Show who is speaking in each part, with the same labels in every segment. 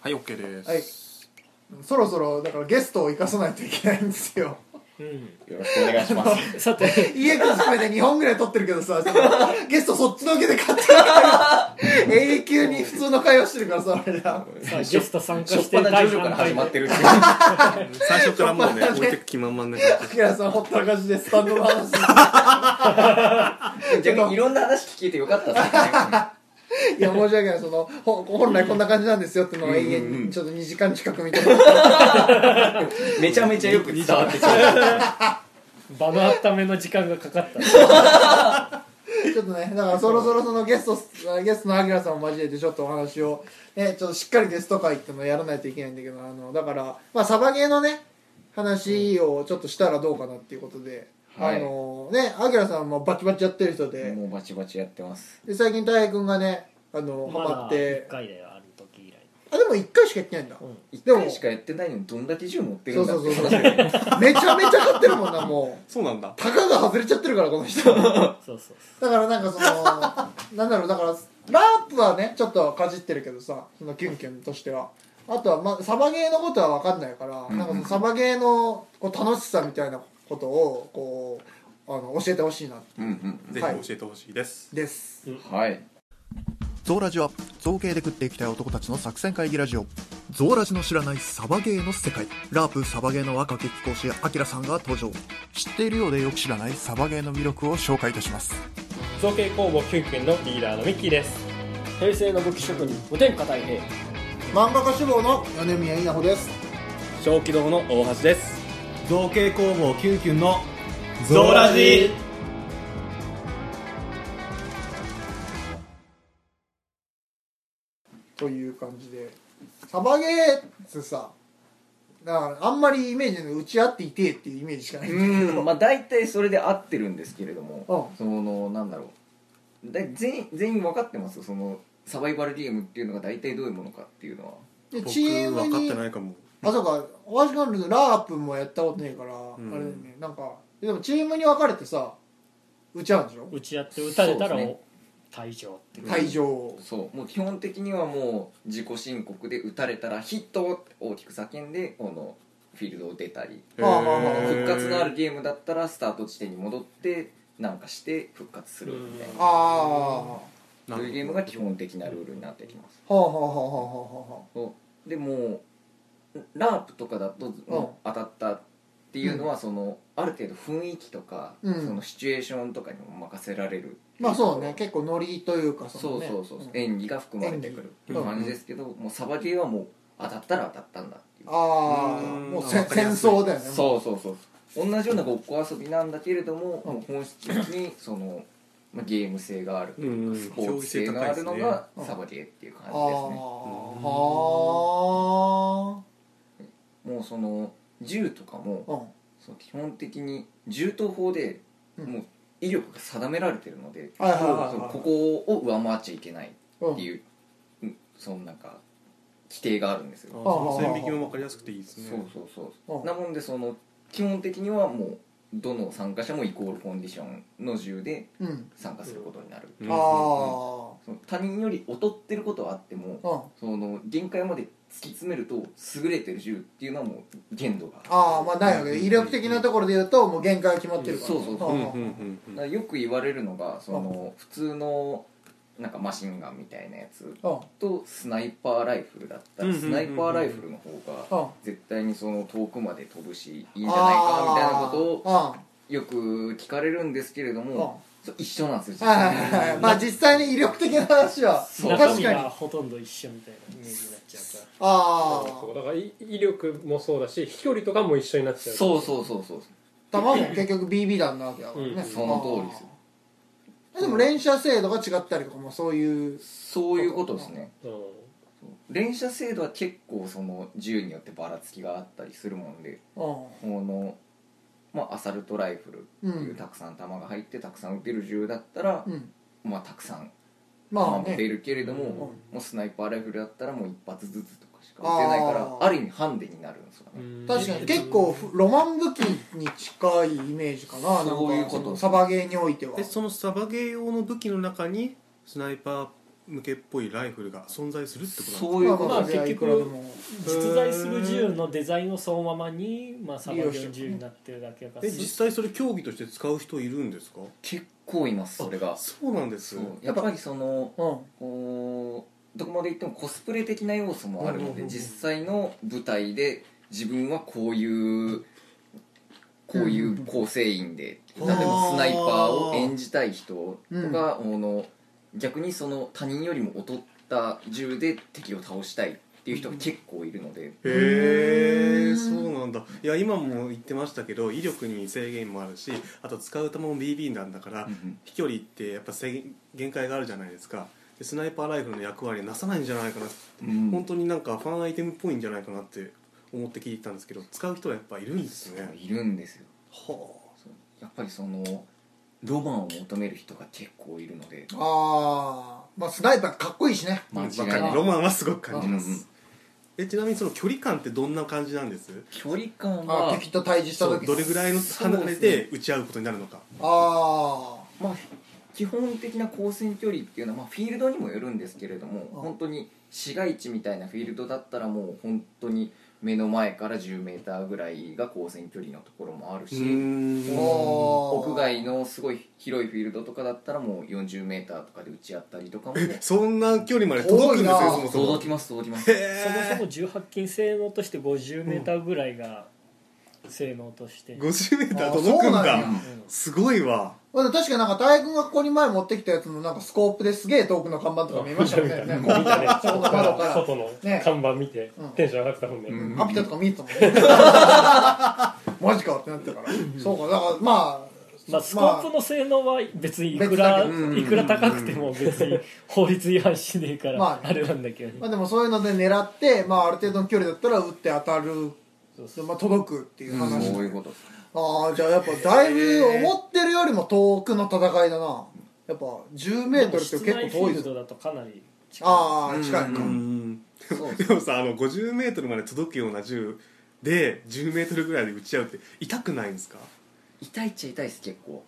Speaker 1: はい OK です、
Speaker 2: はいそろそろだからゲストを生かさないといけないんです よ
Speaker 3: うん、
Speaker 4: よろしくお願いします。
Speaker 3: さて
Speaker 2: 家く含めて2本ぐらい撮ってるけどさそのゲストそっちのけで 買ってるから永久に普通の会話してるからさ俺ら
Speaker 3: さあゲスト参加
Speaker 4: しょっ
Speaker 3: し
Speaker 4: ぱ
Speaker 3: て
Speaker 4: な
Speaker 3: 第
Speaker 4: 徐々から始
Speaker 3: 3
Speaker 4: まっ
Speaker 3: 回
Speaker 4: てるっていう。
Speaker 1: 最初からもうね
Speaker 2: 初っ端
Speaker 1: 置
Speaker 2: ね
Speaker 1: いてく気満々な感
Speaker 2: アキラさんほったらかしでスタンドの 話
Speaker 4: 逆にいろんな話聞けてよかったですね。
Speaker 2: いや申し訳ないそのほ本来こんな感じなんですよっていうのを永遠にちょっと2時間近く見てもらって
Speaker 4: めちゃめちゃよく伝わってきた。
Speaker 3: 場の温めの時間がかかった
Speaker 2: ちょっとねだからそろそろそのゲストゲストのアキラさんを交えてちょっとお話を、ね、ちょっとしっかりゲスト会っていうのをやらないといけないんだけどあのだから、まあ、サバゲーのね話をちょっとしたらどうかなっていうことで、
Speaker 4: はい
Speaker 2: あのねアキラさんもバチバチやってる人で,、
Speaker 4: もうバチバチやってます。
Speaker 2: で最近たい平君がねあのハ
Speaker 3: ま
Speaker 2: マっ
Speaker 3: だ1
Speaker 2: て、
Speaker 3: 回だよある時以来
Speaker 2: あでも1回しかやってないんだ、
Speaker 3: うん
Speaker 4: 一
Speaker 2: でも
Speaker 4: 回しかやってないのにどんだけ銃持ってる
Speaker 2: そうそ
Speaker 4: んだっ
Speaker 2: う
Speaker 4: て
Speaker 2: そうそう
Speaker 4: 話だよね。
Speaker 2: めちゃめちゃ買ってるもんなもう
Speaker 1: じそうなんだ
Speaker 2: たかが外れちゃってるからこの人だ
Speaker 3: そうそう
Speaker 2: からなんかそ のなんだろうだからラープはねちょっとかじってるけどさそのキュンキュンとしてはあとは、まあ、サバゲーのことは分かんないから、
Speaker 4: うん
Speaker 2: なんかそのサバゲーのこう楽しさみたいなことをこうあの教えてほしいな
Speaker 4: うんうん
Speaker 1: ぜ
Speaker 2: はい
Speaker 1: ひ教えてほしいです、
Speaker 2: です
Speaker 4: うん。はい。
Speaker 5: ゾーラジは造形で食っていきたい男たちの作戦会議ラジオゾーラジの知らないサバゲーの世界ラープサバゲーの若き貴公子アキラさんが登場知っているようでよく知らないサバゲーの魅力を紹介いたします
Speaker 3: 造形工房キュンキュンのリーダーのミッキーです平成の武器職人無天下太平
Speaker 2: 漫画家志望の米宮稲穂です
Speaker 3: 小気道の大橋です
Speaker 6: 造形工房キュンキュンのゾーラジー
Speaker 2: という感じでサバゲーってさだからあんまりイメージの打ち合っていてっていうイメージしかないんだけど
Speaker 4: うん、まあ大体それで合ってるんですけれども
Speaker 2: う、ん
Speaker 4: その、なんだろう。だ全員、全員分かってますその、サバイバルゲームっていうのが大体どういうものかっていうのは。
Speaker 2: で
Speaker 1: 僕
Speaker 2: チーム
Speaker 1: 分かっ
Speaker 2: に
Speaker 1: てないかも
Speaker 2: あそうか大橋君のラープもやったことねえから、
Speaker 1: ん
Speaker 2: あれだよねなんかでもチームに分かれてさ打ち合うんでしょ
Speaker 3: 打ち合って打たれたら
Speaker 4: そうです
Speaker 3: お
Speaker 4: ね
Speaker 3: 退場って
Speaker 4: うん
Speaker 2: 退場
Speaker 4: そうもう基本的にはもう自己申告で打たれたらヒットって大きく叫んでこのフィールドを出たり
Speaker 2: ああああああ
Speaker 4: 復活のある
Speaker 1: ゲ
Speaker 4: ゲームだったらスタート地点に戻ってなんかして復活するみたい
Speaker 3: うん
Speaker 4: な
Speaker 2: あ
Speaker 1: ー
Speaker 4: そういうゲームが基本的なルールになってきます
Speaker 2: あはあはあはあはあは
Speaker 4: そうでもうラープとかだともう当たったっていうのはそのある程度雰囲気とかそ
Speaker 2: うん
Speaker 4: のシチュエーションとかにも任せられる
Speaker 2: あまあそうね結構ノリというか
Speaker 4: そ
Speaker 2: の
Speaker 4: う
Speaker 2: ね
Speaker 4: そうそうそう
Speaker 2: うん
Speaker 4: 演技が含まれてくるっていう感じですけどもうサバゲーはもう当たったら当たったんだっていう
Speaker 2: ああ
Speaker 1: うん
Speaker 2: もうせ
Speaker 1: わかり
Speaker 2: 戦
Speaker 1: やすい
Speaker 2: 争だよねう
Speaker 4: そうそうそう同じようなごっこ遊びなんだけれどももう本質的にそのまあゲーム性がある
Speaker 1: うん
Speaker 4: スポーツ性があるのが
Speaker 2: うん
Speaker 4: サバゲーっていう感
Speaker 2: あ
Speaker 4: じ
Speaker 2: あ
Speaker 4: ですね
Speaker 2: は
Speaker 4: もうその銃とかも
Speaker 2: あうん
Speaker 4: その基本的に銃刀法で
Speaker 2: うん
Speaker 4: もう威力が定められてるので
Speaker 2: はいはいはいはい
Speaker 4: そのここを上回っちゃいけない
Speaker 2: うん
Speaker 4: っていううんそのなんか規定があるんですよ
Speaker 1: あーその線引きも分かりやすくていいですね
Speaker 4: そうそうそう、
Speaker 2: うん
Speaker 4: なもんでその基本的にはもうどの参加者もイコールコンディションの銃で
Speaker 2: うん
Speaker 4: 参加することになる、
Speaker 1: うん
Speaker 2: ああ
Speaker 4: その他人より劣ってることはあって
Speaker 2: う
Speaker 4: も
Speaker 2: ん
Speaker 4: その限界まで突き詰めると優れてる銃っていうのはもう限度がある
Speaker 2: ああまあないわけで威力的なところで言うともう限界が決まってるから
Speaker 4: そうそうそう
Speaker 1: うん
Speaker 2: ん
Speaker 1: うんうんう
Speaker 4: だ
Speaker 1: ん
Speaker 4: からよく言われるのがその普通のなんかマシンガンみたいなやつ
Speaker 2: うん
Speaker 4: とスナイパーライフルだった
Speaker 1: うんう
Speaker 4: ら
Speaker 1: んうん
Speaker 4: ス
Speaker 1: うん
Speaker 4: ナイパーライフルの方
Speaker 2: うん
Speaker 4: が絶対にその遠くまで飛ぶしいいんじゃないかみたいなことを
Speaker 2: ああ
Speaker 4: よく聞かれるんですけれども、そう一緒なんですよ実
Speaker 2: はい
Speaker 4: 際
Speaker 2: はいはいまあ実際に威力的な話は
Speaker 4: そう
Speaker 3: 中
Speaker 2: 確
Speaker 3: 身
Speaker 2: かに
Speaker 3: が
Speaker 2: あ
Speaker 3: ほとんど一緒みたいなイメージになっちゃうか
Speaker 2: あ
Speaker 7: そうだからい威力もそうだし飛距離とかも一緒になっちゃう
Speaker 4: そうそうそうそう
Speaker 2: 弾も結局 BB 弾なわけだからね、
Speaker 7: うん
Speaker 4: その通りですよ
Speaker 2: ああでも連射精度が違ったりとかもそういう
Speaker 4: そういうことですね
Speaker 7: うん、
Speaker 4: 連射精度は結構その銃によってばらつきがあったりするもんで
Speaker 2: うん
Speaker 4: この、まあ、アサルトライフルっていううんたくさん弾が入ってたくさん撃てる銃だったら、
Speaker 2: うん
Speaker 4: まあたくさん
Speaker 2: まあ
Speaker 4: 撃て
Speaker 2: ね
Speaker 4: るけれども、
Speaker 7: うん
Speaker 4: もうスナイパーライフルだったらもう一発ずつとかしか撃てないから
Speaker 2: あ
Speaker 4: あ
Speaker 2: ー
Speaker 4: る意味ハンデになるんですよね、
Speaker 2: 確かに結構ふロマン武器に近いイメージかな
Speaker 4: そういうこと
Speaker 2: なんかのサバゲーにおいては
Speaker 1: でそのサバゲー用の武器の中にスナイパー向けっぽいライフルが存在するってことなんです
Speaker 4: そういうこ
Speaker 2: ま
Speaker 4: と
Speaker 2: あ
Speaker 4: です
Speaker 2: まあいくらでも
Speaker 3: 実在する銃のデザインをそのままに、まあ、サバゲーの銃になってるだけだ
Speaker 1: か
Speaker 3: か
Speaker 1: らえ実際それ競技として使う人いるんですか
Speaker 4: 結構いますそれが
Speaker 1: そうなんです
Speaker 4: そうやっぱりその
Speaker 2: うん
Speaker 4: こうどこまで行ってもコスプレ的な要素もあるので実際の舞台で自分はこういうこういう構成員で例えばスナイパーを演じたい人とか、あの逆にその他人よりも劣った銃で敵を倒したいっていう人が結構いるので、
Speaker 1: へえそうなんだいや今も言ってましたけど威力に制限もあるしあと使う弾も BB なんだから、飛距離ってやっぱ制限限界があるじゃないですかでスナイパーライフルの役割はなさないんじゃないかな、
Speaker 4: うん
Speaker 1: 本当になんかファンアイテムっぽいんじゃないかなって思って聞いたんですけど使う人はやっぱいるんですね
Speaker 4: いるんですよ
Speaker 1: は
Speaker 4: やっぱりそのロマンを求める人が結構いるので
Speaker 2: ああまあスナイパーかっこいいしね
Speaker 1: あ
Speaker 4: 間違い
Speaker 1: わか
Speaker 4: な
Speaker 1: る
Speaker 4: い
Speaker 1: ロマンはすごく感じま
Speaker 4: うんうん
Speaker 1: すえちなみにその距離感ってどんな感じなんです
Speaker 4: 距離感
Speaker 2: あ
Speaker 4: は
Speaker 2: ー敵と対峙した
Speaker 1: そう
Speaker 2: 時
Speaker 1: どれぐらいの離れて打ち合うことになるのか
Speaker 2: あ
Speaker 4: まあ、基本的な光線距離っていうのは、まあ、フィールドにもよるんですけれども
Speaker 2: あ
Speaker 4: 本当に市街地みたいなフィールドだったらもう本当に目の前から1 0ーぐらいが光線距離のところもあるし
Speaker 2: あ
Speaker 1: ん
Speaker 2: おー
Speaker 4: 屋外のすごい広いフィールドとかだったらもう4 0ーとかで打ち合ったりとかも
Speaker 1: そんな距離まで届くんですよ
Speaker 2: 遠い な
Speaker 1: そもそも
Speaker 4: 届きます届きます
Speaker 3: そもそも重発金性能として 50m ぐらいが性能として、うん
Speaker 1: 50メーター
Speaker 2: あ
Speaker 1: 届くん
Speaker 2: そうなん
Speaker 1: だ
Speaker 2: や
Speaker 1: すごいわ
Speaker 2: まあでも確かなんか大君がここに前持ってきたやつのなんかスコープですげえ遠くの看板とか見えましたもんねね
Speaker 3: 見たね
Speaker 2: そう
Speaker 3: 外
Speaker 2: 窓から
Speaker 3: の
Speaker 2: ね
Speaker 3: 看板見て、
Speaker 2: うん
Speaker 3: テンション上がってたもんね、
Speaker 2: アピタとか見えてたもんねマジかってなってたからそうかだからまあ
Speaker 3: まあ、スコープの性能は別にいく
Speaker 2: 別だ
Speaker 3: ら、
Speaker 2: けど
Speaker 3: いくら高くても別に法律違反しねえから、
Speaker 2: まあね
Speaker 3: あれなんだけどね、
Speaker 2: まあでもそういうので狙って、まあ、ある程度の距離だったら打って当たる
Speaker 3: そうそう
Speaker 2: まあ、届くっていう話、
Speaker 4: そういうこと
Speaker 2: ああじゃあやっぱだいぶ思ってるよりも遠くの戦いだなやっぱ1 0ルって結構
Speaker 3: でも室内フ
Speaker 2: 遠い
Speaker 3: ィー
Speaker 2: で
Speaker 3: ル
Speaker 2: す
Speaker 3: ドだとかなり近い
Speaker 2: ああ近いか、
Speaker 1: うん
Speaker 4: そう
Speaker 1: でもさあの50メートルまで届くような銃で10メートルぐらいで撃ち合うって痛くないんですか
Speaker 4: 痛いっちゃ痛いです結構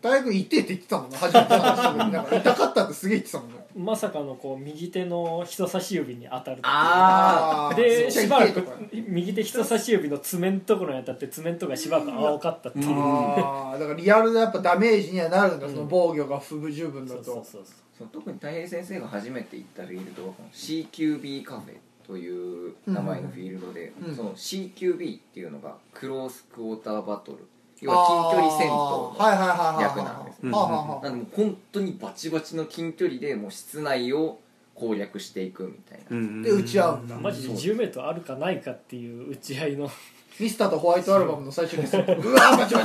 Speaker 2: 大学行ってって言ってたもんな初めての話でなんか痛かったってすげえ言ってたもんね
Speaker 3: まさかのこう右手の人差し指に当たるっていう
Speaker 4: あ
Speaker 2: ー
Speaker 3: で
Speaker 2: そう
Speaker 3: しばら
Speaker 2: 痛い
Speaker 3: く
Speaker 2: とか
Speaker 3: 右手人差し指の爪のところに当たって爪のとこがしばらく青かったっていう、
Speaker 2: ああだからリアルなやっぱダメージにはなるんだ、その防御が不十分だ
Speaker 3: そ
Speaker 2: と
Speaker 3: うそうそうそう
Speaker 4: そう特に大平先生が初めて行ったフィールドはこの CQB カフェという名前のフィールドで、
Speaker 2: うんうん
Speaker 4: その CQB っていうのがクロースクォーターバトル要は近距離戦
Speaker 2: あーはいは
Speaker 4: 闘
Speaker 2: いはいはいはい
Speaker 4: 役なんです
Speaker 1: ね
Speaker 2: はあはあはあ
Speaker 4: なのでもう本当にバチバチの近距離でもう室内を攻略していくみたいな、
Speaker 2: で打ち合うんだ
Speaker 3: マジで 10m あるかないかっていう打ち合いの
Speaker 2: ミスターとホワイトアルバムの最終ですうわー バチバチバ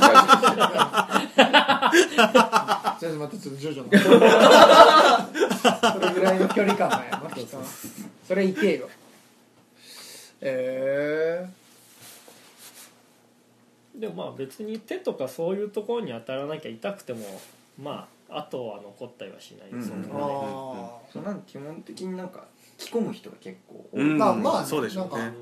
Speaker 2: チ先生またちょっと徐々にそれぐらいの距離感なんやなきっとなそれ痛えよえ
Speaker 3: でもまあ別に手とかそういうところに当たらなきゃ痛くてもまあ後は残ったりはしない、
Speaker 4: うん
Speaker 3: そんな
Speaker 2: え
Speaker 3: ね
Speaker 2: ー、あ
Speaker 4: そうなんで基本的になんか着込む人が結構多い、
Speaker 1: うん
Speaker 2: まあまあね
Speaker 1: そうでしょう
Speaker 2: な
Speaker 1: ね
Speaker 2: んか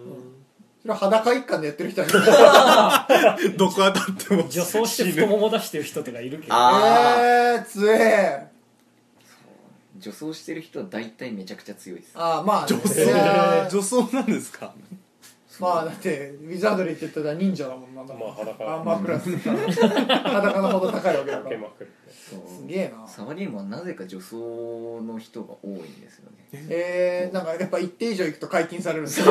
Speaker 2: それは裸一貫でやってる人はい るえ
Speaker 1: どこ当たっても
Speaker 3: 女装して太もも出してる人とかいるけど
Speaker 4: あ
Speaker 2: えー、強え
Speaker 4: 女装してる人は大体めちゃくちゃ強いです
Speaker 2: あーまあね、
Speaker 1: 女装
Speaker 2: いやー
Speaker 1: 女装なんですか
Speaker 2: まあだってウィザードリーって言ったら忍者だもんな
Speaker 7: まあ裸
Speaker 2: アンバークラスだから裸のほど高いわけだか
Speaker 7: 受け
Speaker 2: ら
Speaker 7: まくる
Speaker 4: そう
Speaker 2: すげえな
Speaker 4: サバゲームはなぜか女装の人が多いんですよね
Speaker 2: えー、なんかやっぱ一定以上行くと解禁されるん ですよ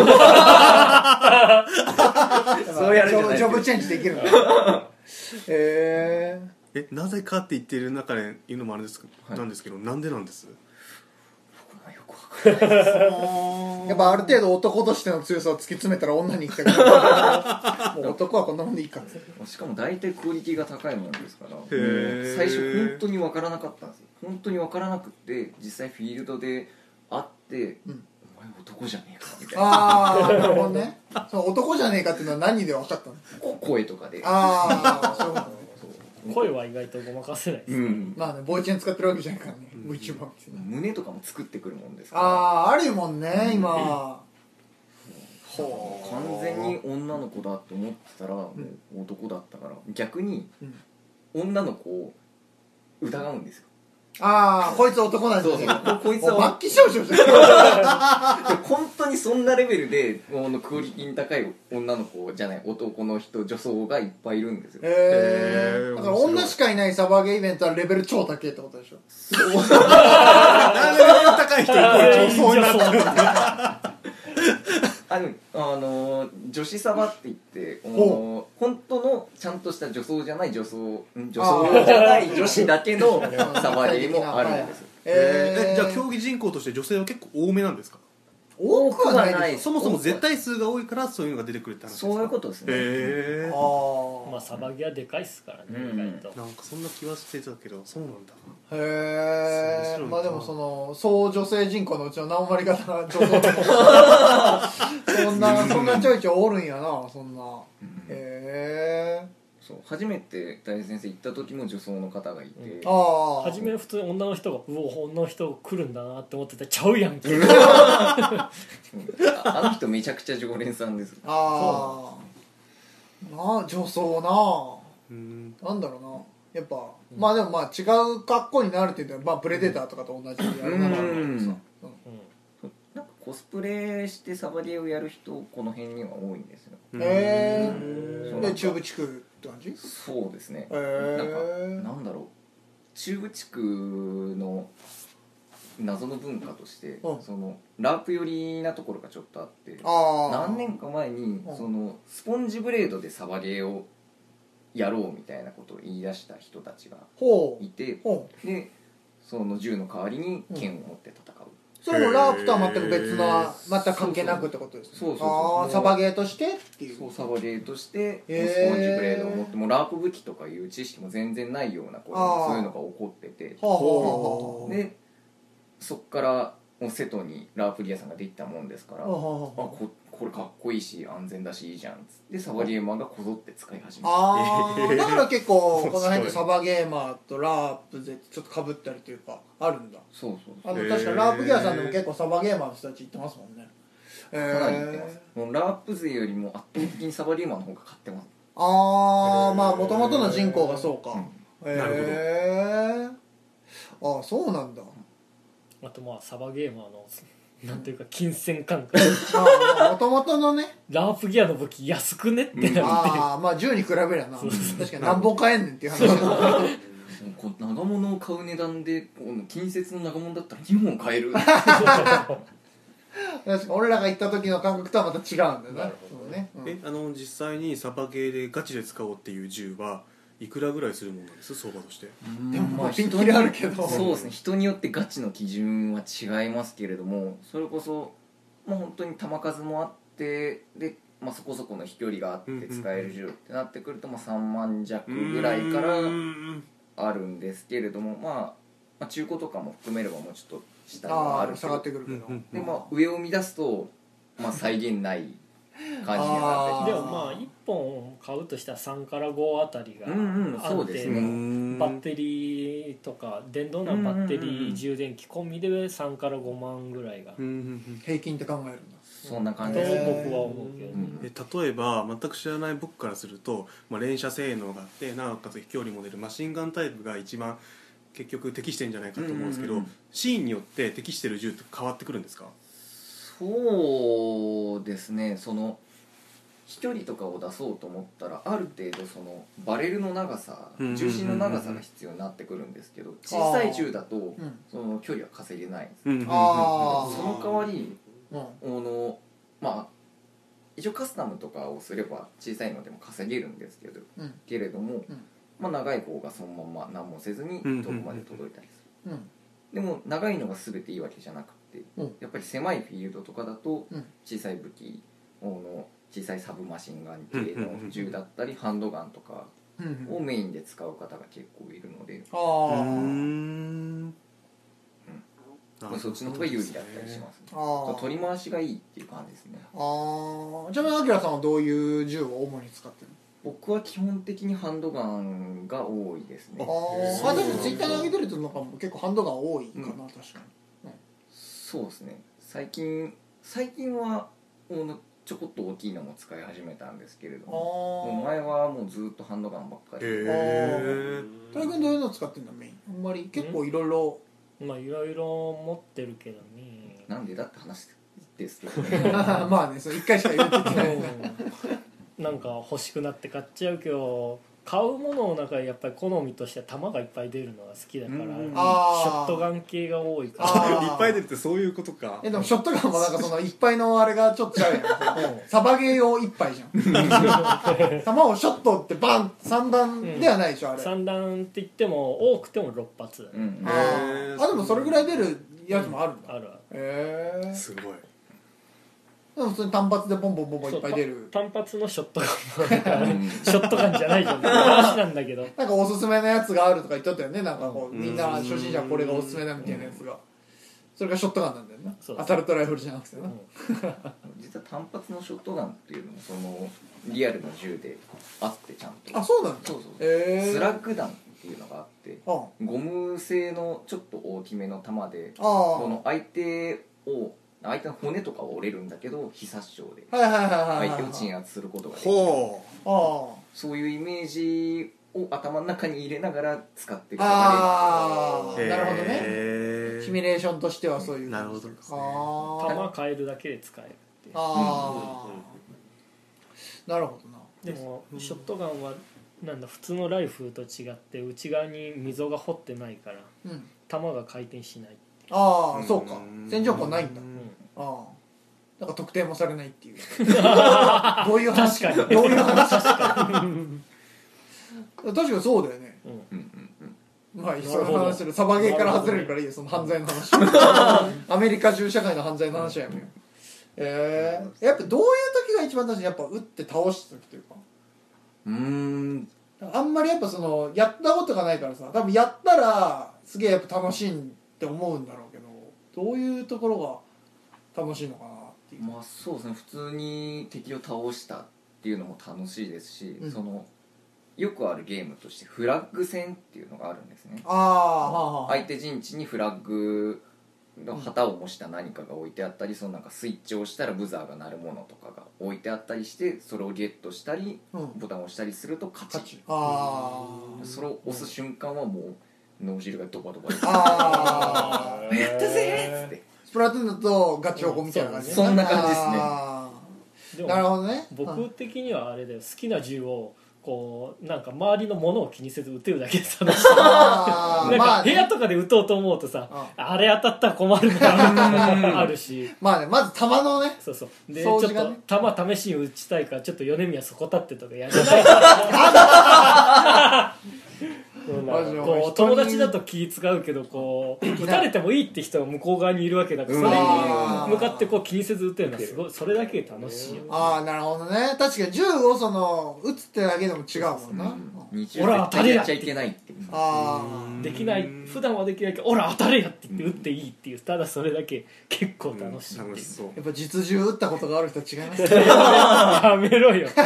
Speaker 4: そうやるじゃないです
Speaker 2: ジョ
Speaker 4: か
Speaker 2: ブチェンジできる んだえ
Speaker 1: えなぜかって言ってる中で言うのもあれですけど、
Speaker 4: はい
Speaker 1: なんですけどなんでなんです
Speaker 4: まあよくわかんない
Speaker 2: ー、やっぱある程度男としての強さを突き詰めたら女に行きたくなるもう男はこんなもんでいいか
Speaker 4: しかも大体クオリティが高いものですからもう
Speaker 1: ー
Speaker 4: 最初本当に分からなかったんですよ本当に分からなくって実際フィールドで会って「
Speaker 2: うん
Speaker 4: お前男じゃねえか」みたいな
Speaker 2: ああなるほどねその男じゃねえかっていうのは何で分かったの
Speaker 4: こ声とかで
Speaker 2: ああそういうことね
Speaker 3: 声は意外とごまかせない、
Speaker 4: うん
Speaker 2: まあねボイチェン使ってるわけじゃないからね VTuber みたいな
Speaker 4: 胸とかも作ってくるもんですから
Speaker 2: ああーあるもんね今ほう
Speaker 4: 完全に女の子だと思ってたらもう男だったから逆に
Speaker 2: うん
Speaker 4: 女の子を疑うんですよ
Speaker 2: ああこいつ男なんだ
Speaker 4: そうそうこいつ
Speaker 2: もう
Speaker 4: は
Speaker 2: 末期少女 じゃん
Speaker 4: 本当にそんなレベルであのクオリティの高い女の子じゃない男の人女装がいっぱいいるんですよ
Speaker 2: へ
Speaker 1: へ
Speaker 2: え
Speaker 1: ー
Speaker 2: だから女しかいないサバゲーイベントはレベル超高いってことでしょ
Speaker 1: なんでレベル高い人イコール女装になってる
Speaker 4: あの、あのー女子サバって言って、あのー本当のちゃんとした女装じゃない女装ん女装じゃない女子だけのサバゲーもあるんですよ
Speaker 1: えーえじゃあ
Speaker 2: 日
Speaker 1: 競技人口として女性は結構多めなんですか
Speaker 2: 多くはないでしょ
Speaker 4: 多くはない
Speaker 1: そもそも絶対数が多いからそういうのが出てくるって話ですか
Speaker 4: そういうことですね、
Speaker 1: へえ
Speaker 2: あ
Speaker 3: まあサバゲはでかいっすからね、
Speaker 4: うん
Speaker 3: 意外と
Speaker 1: なんかそんな気はしてたけどそうなんだ
Speaker 2: あへ
Speaker 1: そう面白い
Speaker 2: え
Speaker 1: な
Speaker 2: まあでもその総女性人口のうちの何割方が女装そんなそんなちょいちょいおるんやなそんなへえ
Speaker 4: そう初めて大先生行った時も女装の方がいて、
Speaker 2: ああ
Speaker 3: 初め普通に女の人が「うお女の人来るんだな」って思ってたら「ちゃうやんけ」
Speaker 4: うんああの人めちゃくちゃ常連さんです
Speaker 2: ああなあ女装
Speaker 1: うん
Speaker 2: なあなんだろうなやっぱ、まあでもまあ違う格好になるっていうのは、まあ、プレデターとかと同じでやるなら
Speaker 4: うん
Speaker 3: うん
Speaker 4: なんかコスプレしてサバゲーをやる人この辺には多いんですよ
Speaker 2: へ
Speaker 4: う
Speaker 2: え
Speaker 4: ん
Speaker 2: で中部地区って感じへ
Speaker 4: そうですねなんか
Speaker 2: え
Speaker 4: なんだろう中部地区の謎の文化として、
Speaker 2: うん
Speaker 4: そのラープ寄りなところがちょっとあって
Speaker 2: ああ
Speaker 4: 何年か前に、
Speaker 2: うん
Speaker 4: そのスポンジブレードでサバゲーをやろうみたいなことを言い出した人たちが
Speaker 2: ほ
Speaker 4: いうて
Speaker 2: ほう
Speaker 4: でその銃の代わりに剣を持って戦う、
Speaker 2: それもラープとは全く別な全く関係なくってことですね
Speaker 4: そうそうそう
Speaker 2: ああサバゲーとしてっていう
Speaker 4: そうサバゲーとしてスポンジブ
Speaker 2: へー
Speaker 4: レードを持ってもうラープ武器とかいう知識も全然ないような子に
Speaker 2: あー
Speaker 4: そういうのが起こってて
Speaker 2: はあはあは
Speaker 4: でそっからもう瀬戸にラープリアさんができたもんですから、
Speaker 2: あはあは
Speaker 4: あここれかっこいいし安全だしいいじゃんっつってサバゲーマンがこぞって使い始めた
Speaker 2: ああだから結 構こ
Speaker 1: 面白い
Speaker 2: の辺でサバゲーマーとラープでちょっとかぶったりというかあるんだ
Speaker 4: そうそうそ
Speaker 2: あの
Speaker 1: へー
Speaker 2: 確かラープギアさんでも結構サバゲーマーの人たち行ってますもんねへ
Speaker 4: う
Speaker 2: ー
Speaker 4: かなり言ってます、もうラープ勢よりも圧倒的にサバゲーマンの方が勝ってます
Speaker 2: ああまあもともとの人口がそう
Speaker 4: う
Speaker 2: か
Speaker 4: ん
Speaker 2: へえああそうなんだ
Speaker 3: あとまあサバゲーマーのなんていうか金銭感覚
Speaker 2: もともとのね
Speaker 3: ラープギアの武器安くねってなるん で
Speaker 2: ああまあ銃に比べりゃな
Speaker 3: そ
Speaker 2: 確
Speaker 3: うそう
Speaker 2: かに何本買えんねんっていう話だ
Speaker 4: もうこう長物を買う値段でこの近接の長物だったら2本買える
Speaker 2: 確か俺らが行った時の感覚とはまた違うんだよね
Speaker 3: なるほ
Speaker 2: そうねうん
Speaker 1: えあの実際にサバゲーでガチで使おうっていう銃はいくらぐらいするものなんです相場として
Speaker 4: で
Speaker 2: もまあピンキリあるけど
Speaker 4: そうですね人によってガチの基準は違いますけれどもそれこそもう本当に球数もあってで、まあ、そこそこの飛距離があって使える銃ってなってくると、まあ、3万弱ぐらいから
Speaker 1: うん
Speaker 4: あるんですけれども、まあ、まあ中古とかも含めればもうちょっと下があ
Speaker 2: あ
Speaker 4: る
Speaker 2: あ
Speaker 4: け
Speaker 2: 下
Speaker 4: ど
Speaker 2: がってくるけど
Speaker 1: うん
Speaker 4: で、まあ、上を見出すと、まあ、再現ない感じになって
Speaker 3: で
Speaker 4: き
Speaker 3: も
Speaker 4: ま
Speaker 3: まあ1本買うとしたら3から5あたりが
Speaker 4: うんうんそう
Speaker 3: 安
Speaker 4: です
Speaker 3: 定
Speaker 4: ね
Speaker 1: う
Speaker 3: の
Speaker 1: ん
Speaker 3: バッテリーとか電動なバッテリー充電器込みで3から5万ぐらいが
Speaker 1: うんうんうん
Speaker 2: 平均って考えるんだ
Speaker 4: すそんな感じ
Speaker 3: と
Speaker 4: ですね、
Speaker 3: 僕は思うけ
Speaker 4: う
Speaker 3: どね
Speaker 4: ん
Speaker 1: え例えば全く知らない僕からすると、まあ、連射性能があってなおかつ飛距離も出るマシンガンタイプが一番結局適してんじゃないかと思うんですけど、
Speaker 4: うんうんうん
Speaker 1: シーンによって適してる銃って変わってくるんですか
Speaker 4: そうですねその飛距離とかを出そうと思ったらある程度そのバレルの長さ
Speaker 1: うんうんうんうん
Speaker 4: 重心の長さが必要になってくるんですけど小さい銃だと
Speaker 2: うん
Speaker 4: その距離は稼げないんです
Speaker 1: うんうんうん
Speaker 2: あ
Speaker 4: その代わり
Speaker 2: うん
Speaker 4: あのまあ一応カスタムとかをすれば小さいのでも稼げるんですけど
Speaker 2: うん
Speaker 4: けれども、
Speaker 2: うん
Speaker 4: まあ、長い方がそのまま何もせず
Speaker 1: うん
Speaker 4: に
Speaker 1: うんうん
Speaker 4: どこまで届いたりする。
Speaker 2: うん
Speaker 4: でも長いのが全ていいわけじゃなくて、
Speaker 2: うん
Speaker 4: やっぱり狭いフィールドとかだと
Speaker 2: うん
Speaker 4: 小さい武器あの小さいサブマシンガン系
Speaker 1: うんうんう
Speaker 4: の
Speaker 1: ん
Speaker 4: 銃だったりハンドガンとか
Speaker 2: うん
Speaker 4: をメインで使う方が結構いるので、
Speaker 2: あ
Speaker 1: うー
Speaker 2: ー
Speaker 1: ん
Speaker 4: まあそっちの方が有利だったりしますね
Speaker 2: あー
Speaker 4: 取り回しがいいっていう感じですね
Speaker 2: あーちなみにアキラさんはどういう銃を主に使ってる
Speaker 4: 僕は基本的にハンドガンが多いですね
Speaker 2: のああでもツイッターに上げてるとなんかもう結構ハンドガン多いかな、
Speaker 4: うん
Speaker 2: 確かに
Speaker 4: そうですね最近最近はあのちょこっと大きいのも使い始めたんですけれど
Speaker 2: あ
Speaker 4: もも
Speaker 2: ー
Speaker 4: う前はもうずっとハンドガンばっかり、
Speaker 1: へ
Speaker 2: 大君どういうの使ってんだメインあんまり結構いろいろ
Speaker 3: まあいろいろ持ってるけど ね
Speaker 4: なんでだって話ですけど
Speaker 2: まあねその一回しか言うてきない
Speaker 3: うんなんか欲しくなって買っちゃうけど買うものの中でやっぱり好みとして弾がいっぱい出るのが好きだから、
Speaker 4: うん
Speaker 3: ショ
Speaker 2: あー
Speaker 3: ットガン系が多いか
Speaker 2: あー
Speaker 3: ら
Speaker 1: ー いっぱい出るってそういうことか
Speaker 2: えでもショットガンもなんかそのいっぱいのあれがちょっとちゃうや んサバゲー用一杯じゃ ん弾をショットってバン3段ではないでしょあれ、
Speaker 3: 三段って言っても多くても6発だね、
Speaker 4: うんうん
Speaker 2: あ
Speaker 1: へ
Speaker 2: ー
Speaker 1: ー
Speaker 2: あでもそれぐらい出るやつもあるんだ、
Speaker 3: あるあ
Speaker 2: へえ
Speaker 1: すごい
Speaker 2: でも普通に単発でボンボンボンボン
Speaker 3: る
Speaker 2: いっぱい出る
Speaker 3: 単発のショットガンもあるからショットガンじゃないじゃ ん話なんだけど
Speaker 2: なんかおすすめのやつがあるとか言っとったよねなんかこう
Speaker 1: うん
Speaker 2: みんな初心者これがおすすめだみたいなやつがそれがショットガンなんだよな
Speaker 3: そう
Speaker 2: 当たるトライフルじゃなくてな、
Speaker 4: 実は単発のショットガンっていうのもそのリアルの銃であってちゃんと
Speaker 2: あそうなんだ
Speaker 4: そうそう
Speaker 2: へえ
Speaker 4: スラッグ弾っていうのがあって
Speaker 2: あ
Speaker 4: ゴム製のちょっと大きめの弾で
Speaker 2: ああ
Speaker 4: この相手を相手の骨とかは折れるんだけど非殺傷で
Speaker 2: はいはいはいはい
Speaker 4: 相
Speaker 2: はい
Speaker 4: 手を鎮圧することができる
Speaker 1: ほ
Speaker 2: ああ
Speaker 4: そういうイメージを頭の中に入れながら使っていく
Speaker 2: あ
Speaker 1: う
Speaker 2: ーなるほどね
Speaker 1: へー
Speaker 2: シミュレーションとしてはそういう
Speaker 1: なるほどですね
Speaker 2: あ
Speaker 3: 弾変えるだけで使えるっていう
Speaker 2: ああーなるほどな
Speaker 3: でもショットガンはなんだ普通のライフルと違って内側に溝が掘ってないから
Speaker 2: うん
Speaker 3: 弾が回転しない
Speaker 2: あ
Speaker 1: うん
Speaker 2: あそうか線条痕ないんだ
Speaker 1: う
Speaker 2: ああなんか特定もされないっていうどういう話
Speaker 3: 確かに
Speaker 2: どういう話確かにそうだよね
Speaker 3: うん
Speaker 4: うんうんうん
Speaker 2: まあ一
Speaker 3: な
Speaker 2: 緒
Speaker 3: る
Speaker 2: の
Speaker 3: ほど
Speaker 2: 話するサバゲーから外れるからいいよその犯罪の話アメリカ銃社会の犯罪の話はやめようええやっぱどういう時が一番楽しいやっぱ撃って倒した時というか
Speaker 4: うーん
Speaker 2: あんまりやっぱそのやったことがないからさ多分やったらすげえやっぱ楽しいって思うんだろうけどどういうところが楽しいのかなっていう、
Speaker 4: まあそうですね普通に敵を倒したっていうのも楽しいですし、
Speaker 2: うん
Speaker 4: そのよくあるゲームとしてフラッグ戦っていうのがあるんですね
Speaker 2: ああはあはあ
Speaker 4: 相手陣地にフラッグの旗を模した何かが置いてあったりそのなんかスイッチを押したらブザーが鳴るものとかが置いてあったりしてそれをゲットしたり
Speaker 2: うん
Speaker 4: ボタンを押したりすると勝ち
Speaker 2: 勝ちあー
Speaker 4: それを押す瞬間はもう脳汁がドバドバ出て
Speaker 2: あー
Speaker 4: やったぜーっつって
Speaker 2: スプラトゥーンだとガチョコみたいな感じ、
Speaker 4: うんそんな感じですね
Speaker 2: あ
Speaker 3: で
Speaker 2: ーなる
Speaker 3: も
Speaker 2: ほどね
Speaker 3: 僕的にはあれだよ好きな銃をこうなんか周りのものを気にせず撃てるだけで楽しい
Speaker 2: あ
Speaker 3: な
Speaker 2: ー
Speaker 3: ん
Speaker 2: ま
Speaker 3: か
Speaker 2: あ
Speaker 3: 部
Speaker 2: ね
Speaker 3: 屋とかで撃とうと思うとさ
Speaker 2: あ
Speaker 3: あれ当たったら困るからあるし
Speaker 2: まあねまず玉のね
Speaker 3: そうそうで、
Speaker 2: 掃
Speaker 3: ちょ
Speaker 2: 除
Speaker 3: っ
Speaker 2: がね
Speaker 3: と弾試しに打ちたいからちょっと米宮そこ立ってとかやらないからうん
Speaker 2: マジで
Speaker 3: こう
Speaker 2: 人に
Speaker 3: 友達だと気使うけどこう打たれてもいいって人が向こう側にいるわけだからそれに向かってこう気にせず打てるのはすごいそれだけで楽しいよ
Speaker 2: ああなるほどね確かに銃をその撃つってだけでも違うもんな、
Speaker 4: うん日常絶対やっちゃいけないっていう
Speaker 2: ああ
Speaker 3: できない普段はできないけど「オラ当たれや!」って言って打っていいっていうただそれだけ結構
Speaker 1: ん
Speaker 3: 楽しいって
Speaker 1: 楽
Speaker 3: い
Speaker 1: し
Speaker 3: う
Speaker 1: そう
Speaker 2: やっぱ実銃撃ったことがある人は違います ね
Speaker 3: やめろよ別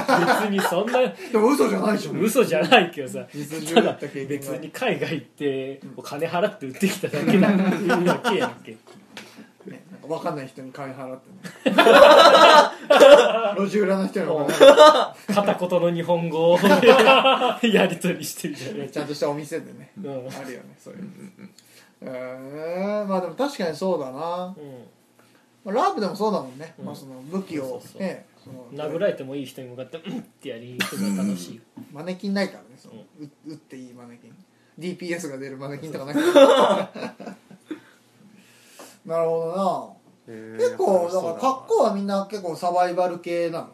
Speaker 3: にそんな
Speaker 2: でも嘘じゃないでしょ
Speaker 3: 嘘じゃないけどさ
Speaker 2: 実銃
Speaker 3: た
Speaker 2: だ
Speaker 3: だ
Speaker 2: った経験
Speaker 3: 別
Speaker 2: が
Speaker 3: に海外行ってお金払って売ってきただけだだけやんけ
Speaker 2: ねなんか分かんない人に金払って ね路地裏の人にお金払っ
Speaker 3: 片言の日本語をやり取りしてるじゃな
Speaker 2: て
Speaker 3: い
Speaker 2: ちゃんとしたお店でね
Speaker 3: うん、うん
Speaker 2: あるよねそういうえー、まあでも確かにそうだな、まあ、ラープでもそうだもんね、
Speaker 3: うん
Speaker 2: まあ、その武器を
Speaker 3: そうそうそう
Speaker 2: ねその
Speaker 3: 殴られてもいい人に向かって「うん」ってやりに行くのが楽しいよ
Speaker 2: マネキンないからねその、う打っていいマネキン DPS が出るマネキンとかないからなるほどな結構だから格好はみんな結構サバイバル系なの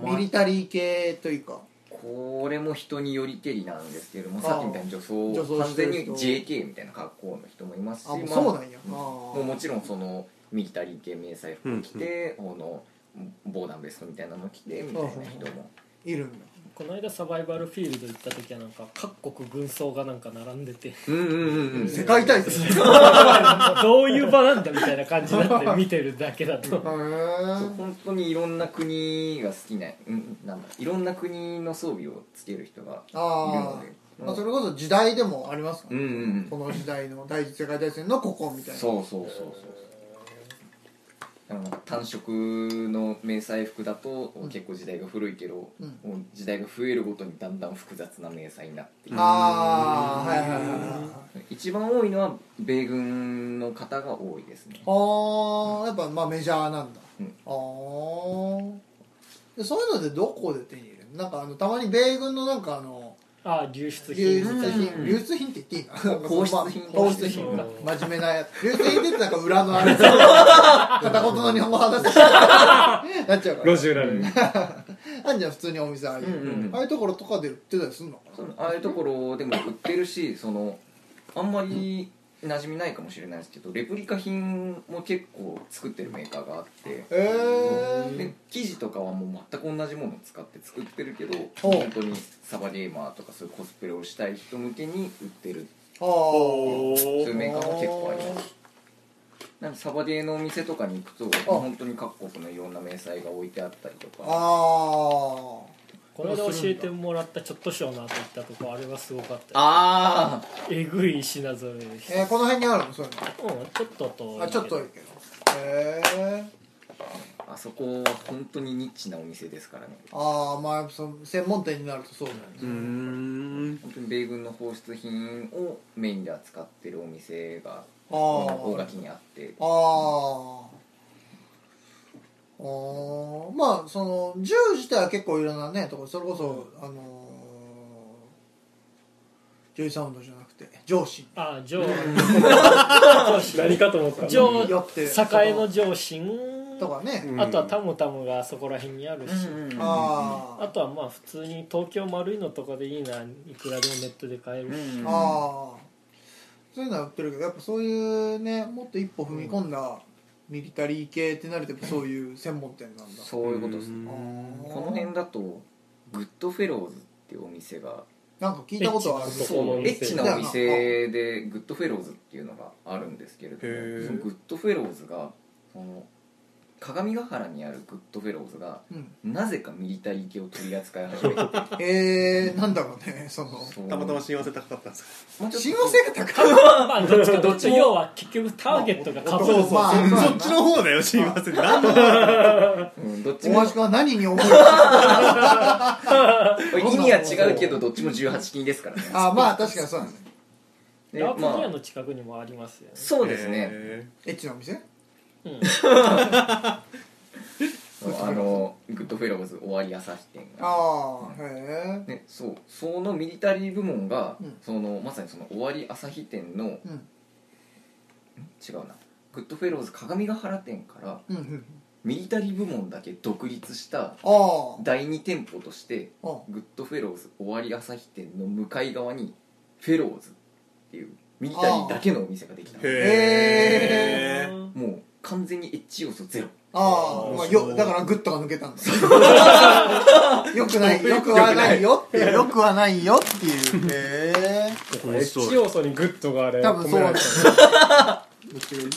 Speaker 4: ま
Speaker 2: ミ
Speaker 4: あ
Speaker 2: リタリー系というか
Speaker 4: これも人によりけりなんですけどもさっきみたいに女装
Speaker 2: 女装
Speaker 4: 完
Speaker 2: して
Speaker 4: 全
Speaker 2: る
Speaker 4: に
Speaker 2: 人
Speaker 4: JK みたいな格好の人もいますし
Speaker 2: あもう
Speaker 4: ま
Speaker 2: そうなんや、あ
Speaker 4: もうもちろんそのミリタリー系迷彩服着て、この防弾ベストみたいなの着てみたいな人も
Speaker 2: いるんだ
Speaker 3: この間サバイバルフィールド行った時はなんか各国軍曹がなんか並んでて
Speaker 4: うんうんうんうん
Speaker 2: 世界大戦へ
Speaker 3: どういう場なんだみたいな感じになって見てるだけだと
Speaker 4: そう
Speaker 2: ー
Speaker 4: 本当にいろんな国が好きな,、うん、なんだいろんな国の装備をつける人がいる
Speaker 2: あ
Speaker 4: ので
Speaker 2: ー、まあそれこそ時代でもありますか
Speaker 4: う
Speaker 2: ら、
Speaker 4: んうんうん
Speaker 2: この時代の第一次世界大戦のここみたいな
Speaker 4: そうそうそうそうあのなんか単色の迷彩服だと結構時代が古いけど、
Speaker 2: うん
Speaker 4: もう時代が増えるごとにだんだん複雑な迷彩になっていく
Speaker 2: ああはいはいはいはい
Speaker 4: 一番多いのは米軍の方が多いですね
Speaker 2: ああやっぱまあメジャーなんだ、
Speaker 4: うん
Speaker 2: ああそういうのってどこで手に入れるのなんかあのたまに米軍のなんかあの
Speaker 3: あ流出
Speaker 2: 流
Speaker 3: 品
Speaker 2: 出
Speaker 4: う
Speaker 2: 品
Speaker 4: ん
Speaker 2: 流出品って言っていいのなんかその
Speaker 4: 皇室品
Speaker 2: 皇室品
Speaker 3: うん
Speaker 2: 真面目なやつ流出品って言ってなんか裏のあ れ片言の日本語話して なっちゃうから
Speaker 7: 路地裏で
Speaker 2: あんじゃん普通にお店ああいう、
Speaker 4: うんうんうん
Speaker 2: ああいうところとかで売ってたりするのか
Speaker 4: そ
Speaker 2: な
Speaker 4: のああいうところでも売ってるしそのあんまり馴染みないかもしれないですけどレプリカ品も結構作ってるメーカーがあって
Speaker 2: へえ
Speaker 4: で生地とかはもう全く同じものを使って作ってるけど
Speaker 2: ほう
Speaker 4: 本当にサバゲーマーとかそういうコスプレをしたい人向けに売ってる
Speaker 2: ー、は
Speaker 4: そういうメーカーが結構ありますなんかサバゲーのお店とかに行くと本当に各国のいろんな迷彩が置いてあったりと
Speaker 2: あ
Speaker 4: か
Speaker 2: あ
Speaker 3: この間教えてもらったちょっとしようなといったとこあれはすごかったよ
Speaker 4: ああ
Speaker 3: えぐい品揃えでし
Speaker 2: ー、
Speaker 3: た
Speaker 2: えー、この辺にあるのそういうの
Speaker 3: うんちょっとと
Speaker 2: あちょっといいけどへえ
Speaker 4: あそこは本当にニッチなお店ですからね
Speaker 2: ああまあやっぱその専門店になるとそうだよね、
Speaker 1: うーん
Speaker 4: 本当に米軍の放出品をメインで扱ってるお店が
Speaker 2: ああ
Speaker 4: 大垣にあって
Speaker 2: あああーまあその銃自体は結構いろんなねとこそれこそあのー、ジョイサウンドじゃなくて上司
Speaker 3: あ上
Speaker 7: 何かと思った
Speaker 3: 上
Speaker 2: によって
Speaker 3: 栄の上心
Speaker 2: とかね、
Speaker 1: うん
Speaker 3: あとはタムタムがそこら辺にあるし、
Speaker 2: あー
Speaker 3: あとはまあ普通に東京丸いのとかでいいないくらでもネットで買えるし、
Speaker 4: うん
Speaker 2: ああそういうのは売ってるけどやっぱそういうねもっと一歩踏み込んだミリタリー系ってなるとやっぱそういう専門店なんだ、
Speaker 4: そういうことです
Speaker 1: うん
Speaker 2: あー
Speaker 4: この辺だとグッドフェローズっていうお店が
Speaker 2: なんか聞いたことはある
Speaker 7: そ
Speaker 4: そう
Speaker 7: このお
Speaker 4: エ
Speaker 7: 店
Speaker 4: ッチなお店でグッドフェローズっていうのがあるんですけれど
Speaker 1: へ
Speaker 4: も
Speaker 1: ー
Speaker 4: そのグッドフェローズがその鏡ヶ原にあるグッドフェローズが
Speaker 2: うん、
Speaker 4: なぜかミリタリー系を取り扱い始めて
Speaker 2: えー、なんだろうねその
Speaker 4: そう
Speaker 1: たまたま親和性高かったんです
Speaker 4: もうちょっと
Speaker 2: 親和性が高い
Speaker 3: まあどっちかどっちも要は結局ターゲットがかぶる、
Speaker 2: まあ
Speaker 1: か、
Speaker 2: まあ
Speaker 1: そっちの方だよ親和性何の
Speaker 4: うんどっち
Speaker 2: 大
Speaker 4: も
Speaker 2: 橋君は何に 思うか
Speaker 4: 意味は違うけどどっちも18禁ですからね
Speaker 2: あまあ確かにそうなんですね
Speaker 4: で
Speaker 3: ラープ
Speaker 4: ま
Speaker 3: ギア
Speaker 4: あ
Speaker 3: の近くにもありますよね、
Speaker 4: そうですね
Speaker 1: へ
Speaker 2: エッチなお店
Speaker 3: うん
Speaker 4: そうあのグッドフェローズ終わり朝日店が
Speaker 2: ああへえ
Speaker 4: ね、そうそのミリタリー部門が、
Speaker 2: うん
Speaker 4: そのまさにその終わり朝日店の、ん
Speaker 2: うん
Speaker 4: 違うなグッドフェローズ鏡ヶ原店から
Speaker 2: うんうん
Speaker 4: ミリタリー部門だけ独立した
Speaker 2: あー
Speaker 4: 第2店舗として
Speaker 2: あー
Speaker 4: グッドフェローズ終わり朝日店の向かい側にフェローズっていうミリタリーだけのお店ができた
Speaker 2: へ
Speaker 1: え
Speaker 4: もう完全にエッチ要素ゼロ
Speaker 2: あーまあよだからグッとが抜けたんだ よくないよくはないよってよくはないよっていうへえ
Speaker 7: エッチ要素にグッドがあれ
Speaker 2: 多分
Speaker 7: 込
Speaker 2: そ
Speaker 7: め
Speaker 2: う
Speaker 7: ら
Speaker 2: なん
Speaker 7: れ
Speaker 2: だ
Speaker 7: てる
Speaker 2: どっちがいい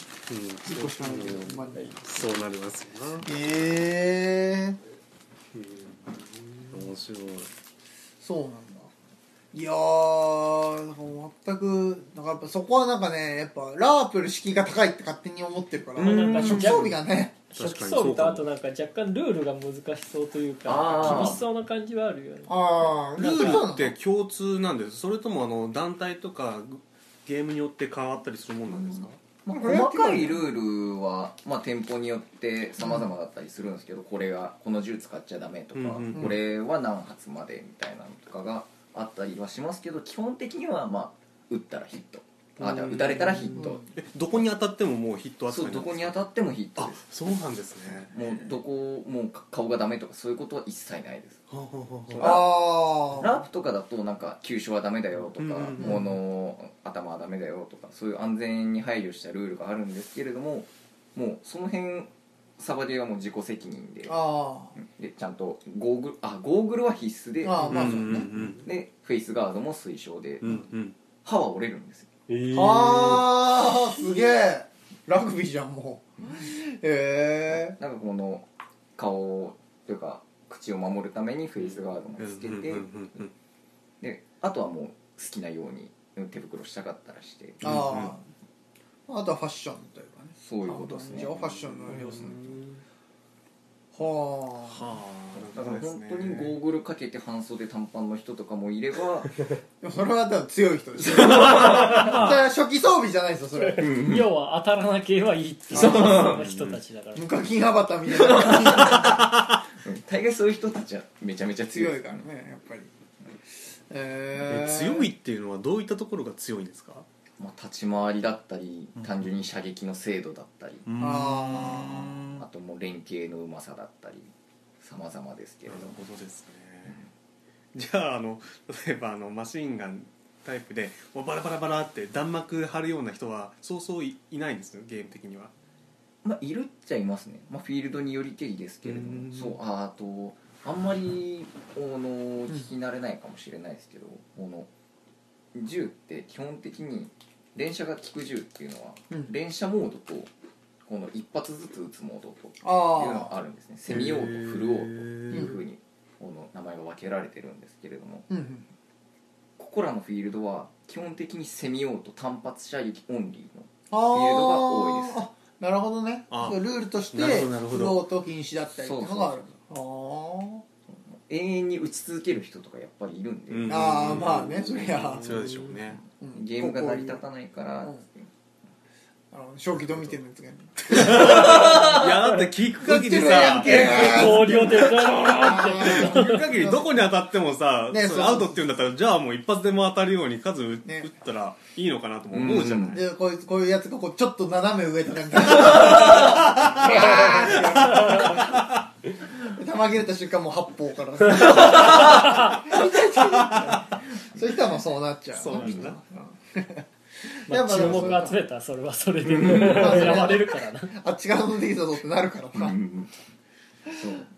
Speaker 2: 一個しかないけどほんまに
Speaker 1: そうなりますよな
Speaker 2: ええ
Speaker 1: 面白い
Speaker 2: そうなんだいやーなんか全くなんかやっぱそこはなんかねやっぱラープル敷居が高いって勝手に思ってるから
Speaker 3: ん
Speaker 2: 初期装備がね
Speaker 3: 初期装備とあとなんか若干ルールが難しそうというか
Speaker 4: あー
Speaker 3: 厳しそうな感じはあるよね
Speaker 2: ああル
Speaker 1: ル
Speaker 2: ール
Speaker 1: ール
Speaker 2: だ
Speaker 1: って共通なんですそれともあの団体とかゲームによって変わったりするもんなんですか、
Speaker 4: まあ、
Speaker 2: これは
Speaker 4: 細かいルールは、まあ、店舗によって様々だったりするんですけど、これがこの銃使っちゃダメとか、
Speaker 1: うんうん
Speaker 2: うん
Speaker 4: これは何発までみたいなのとかがあったりはしますけど基本的には、まあ、撃ったらヒットあじゃあ撃たれたらヒット、
Speaker 1: えどこに当たってももうヒット扱
Speaker 4: そ
Speaker 1: いうな
Speaker 4: ど
Speaker 1: んで
Speaker 4: こ
Speaker 1: す
Speaker 4: に
Speaker 1: か
Speaker 4: 当たってもヒット
Speaker 1: あ
Speaker 4: です
Speaker 1: そうなんですね
Speaker 4: もうどこもう顔がダメとかそういうことは一切ないです
Speaker 1: ほうほうほうほう
Speaker 2: あ
Speaker 4: ラープとかだとなんか急所はダメだよとか、
Speaker 1: うんうんうん
Speaker 4: 物頭はダメだよとかそういう安全に配慮したルールがあるんですけれどももうその辺サバディはもう自己責任で
Speaker 2: ああ
Speaker 4: でちゃんとゴーグルあゴーグルは必須で
Speaker 2: あまあ
Speaker 1: うん
Speaker 2: そううん
Speaker 1: うん
Speaker 4: でフェイスガードも推奨で、
Speaker 1: うんうん
Speaker 4: 歯は折れるんですよ
Speaker 2: ああすげえラグビーじゃんもうへえ
Speaker 4: なんかこの顔というか口を守るためにフェイスガードもつけ
Speaker 1: うんうん
Speaker 4: て
Speaker 1: うんうん
Speaker 4: であとはもう好きなように手袋したかったらして
Speaker 2: あああとはファッションというかね
Speaker 4: そういうことですね
Speaker 2: じゃあファッションの要素はあ
Speaker 1: はあ
Speaker 4: だから本当にゴーグルかけて半袖短パンの人とかもいれ ば
Speaker 2: でもそれはだから強い人 ですよそれは初期装備じゃないですよそれ
Speaker 3: 要は当たらなければいいっていうその人たちだから
Speaker 2: 無課金アバターみたいな感じが
Speaker 4: 大概そういう人たちはめちゃめちゃ強
Speaker 2: 強
Speaker 4: い
Speaker 2: いからねやっぱり
Speaker 1: え
Speaker 2: えー
Speaker 1: 強いっていうのはどういったところが強いんですか
Speaker 4: まあ、立ち回りだったり単純に射撃の精度だったり、
Speaker 2: あ
Speaker 4: あともう連携のうまさだったり様々ですけれ
Speaker 1: な
Speaker 4: ど
Speaker 1: る
Speaker 4: も
Speaker 1: ほどですねじゃああの例えばあのマシンガンタイプでもうバラバラバラって弾幕張るような人はそうそういいないんですよゲーム的には
Speaker 4: まあいるっちゃいますね、まあ、フィールドによりけりですけれど
Speaker 1: うん
Speaker 4: もそうああとあんまりあの聞き慣れないかもしれないですけど、この銃って基本的に連射が効く銃っていうのは、
Speaker 2: うん
Speaker 4: 連射モードとこの一発ずつ撃つモードと
Speaker 2: ーあ
Speaker 4: っていうの
Speaker 2: ー
Speaker 4: があるんですねセミオートフルオートっていう
Speaker 1: ー
Speaker 4: ふうにこの名前が分けられてるんですけれども
Speaker 2: うんうん
Speaker 4: ここらのフィールドは基本的にセミオート単発射撃オンリーの
Speaker 2: フィ
Speaker 4: フィールドが多いです
Speaker 2: なるほどね
Speaker 1: あ
Speaker 2: ルールとして
Speaker 1: なるほどなるほ
Speaker 2: フ
Speaker 1: ど
Speaker 2: ロート禁止だったりっていうのがあるあ
Speaker 4: 永遠に打ち続ける人とかやっぱりいるんで、
Speaker 1: うん
Speaker 2: ーあーまあねそりゃ
Speaker 1: そうでしょうね
Speaker 2: うん
Speaker 4: ゲームが成り立たないから
Speaker 2: うんあの正気度見てるんですけど
Speaker 1: いやだって聞く限り
Speaker 2: や
Speaker 1: さ
Speaker 2: んけ
Speaker 3: 氷をでかーって
Speaker 1: 聞く限りどこに当たってもさ、
Speaker 2: ね
Speaker 1: そ
Speaker 2: そう
Speaker 1: れアウトっていうんだったらじゃあもう一発でも当たるように数打
Speaker 2: ね
Speaker 1: 打ったらいいのかなとも思うじゃない、
Speaker 4: うん
Speaker 2: でこういうこういうやつがこうちょっと斜め上とかにギャーって弾切れた瞬間もう発砲からそういう人はもうそうなっちゃう
Speaker 1: そうなんだ
Speaker 2: うんやっぱで
Speaker 3: 注
Speaker 2: も
Speaker 3: 目集めたらそれはそれで
Speaker 2: まあね
Speaker 3: 選ばれるからな
Speaker 2: あっち側のできたぞってなるからな、
Speaker 4: そう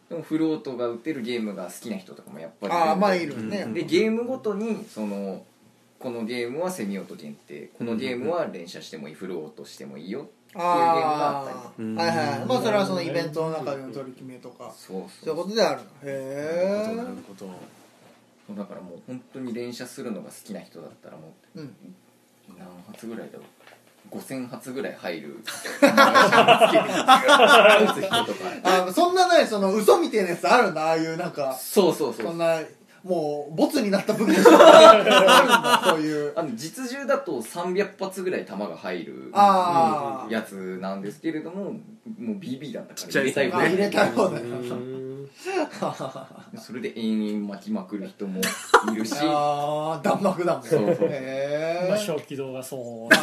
Speaker 4: でもフロートが打てるゲームが好きな人とかもやっぱり
Speaker 2: ああまあい
Speaker 4: いるんで
Speaker 2: るね、
Speaker 4: でゲームごとにそのこのゲームはセミオート限定このゲームは連射してもいいフロートしてもいいよ
Speaker 2: ああ
Speaker 1: うん
Speaker 2: はいはいまあそれはそのイベントの中での取り決めとか
Speaker 4: そう
Speaker 2: そういうことであるのへ
Speaker 1: なるほど
Speaker 4: だからもう本当に連射するのが好きな人だったらも
Speaker 2: えうん
Speaker 4: う何発ぐらいだろう5000発ぐらい入 る打つ人とか
Speaker 2: あそんなねその嘘みたいなやつあるんだああいうなんか
Speaker 4: そうそうそ
Speaker 2: そん
Speaker 4: う
Speaker 2: なもうボツになった武器とかあるんだそういう
Speaker 4: あの実銃だと300発ぐらい弾が入る
Speaker 2: あー
Speaker 4: やつなんですけれどももう BB だったから
Speaker 1: ちっちゃい
Speaker 4: 入れ
Speaker 2: あ
Speaker 4: たい
Speaker 2: 入
Speaker 4: ぐら
Speaker 2: れ
Speaker 4: い
Speaker 2: たようだよ
Speaker 4: それで延々巻きまくる人もいるし
Speaker 2: ああ弾幕だもん
Speaker 4: そうそう
Speaker 2: へ
Speaker 3: まあ
Speaker 2: え
Speaker 3: 小気道がそう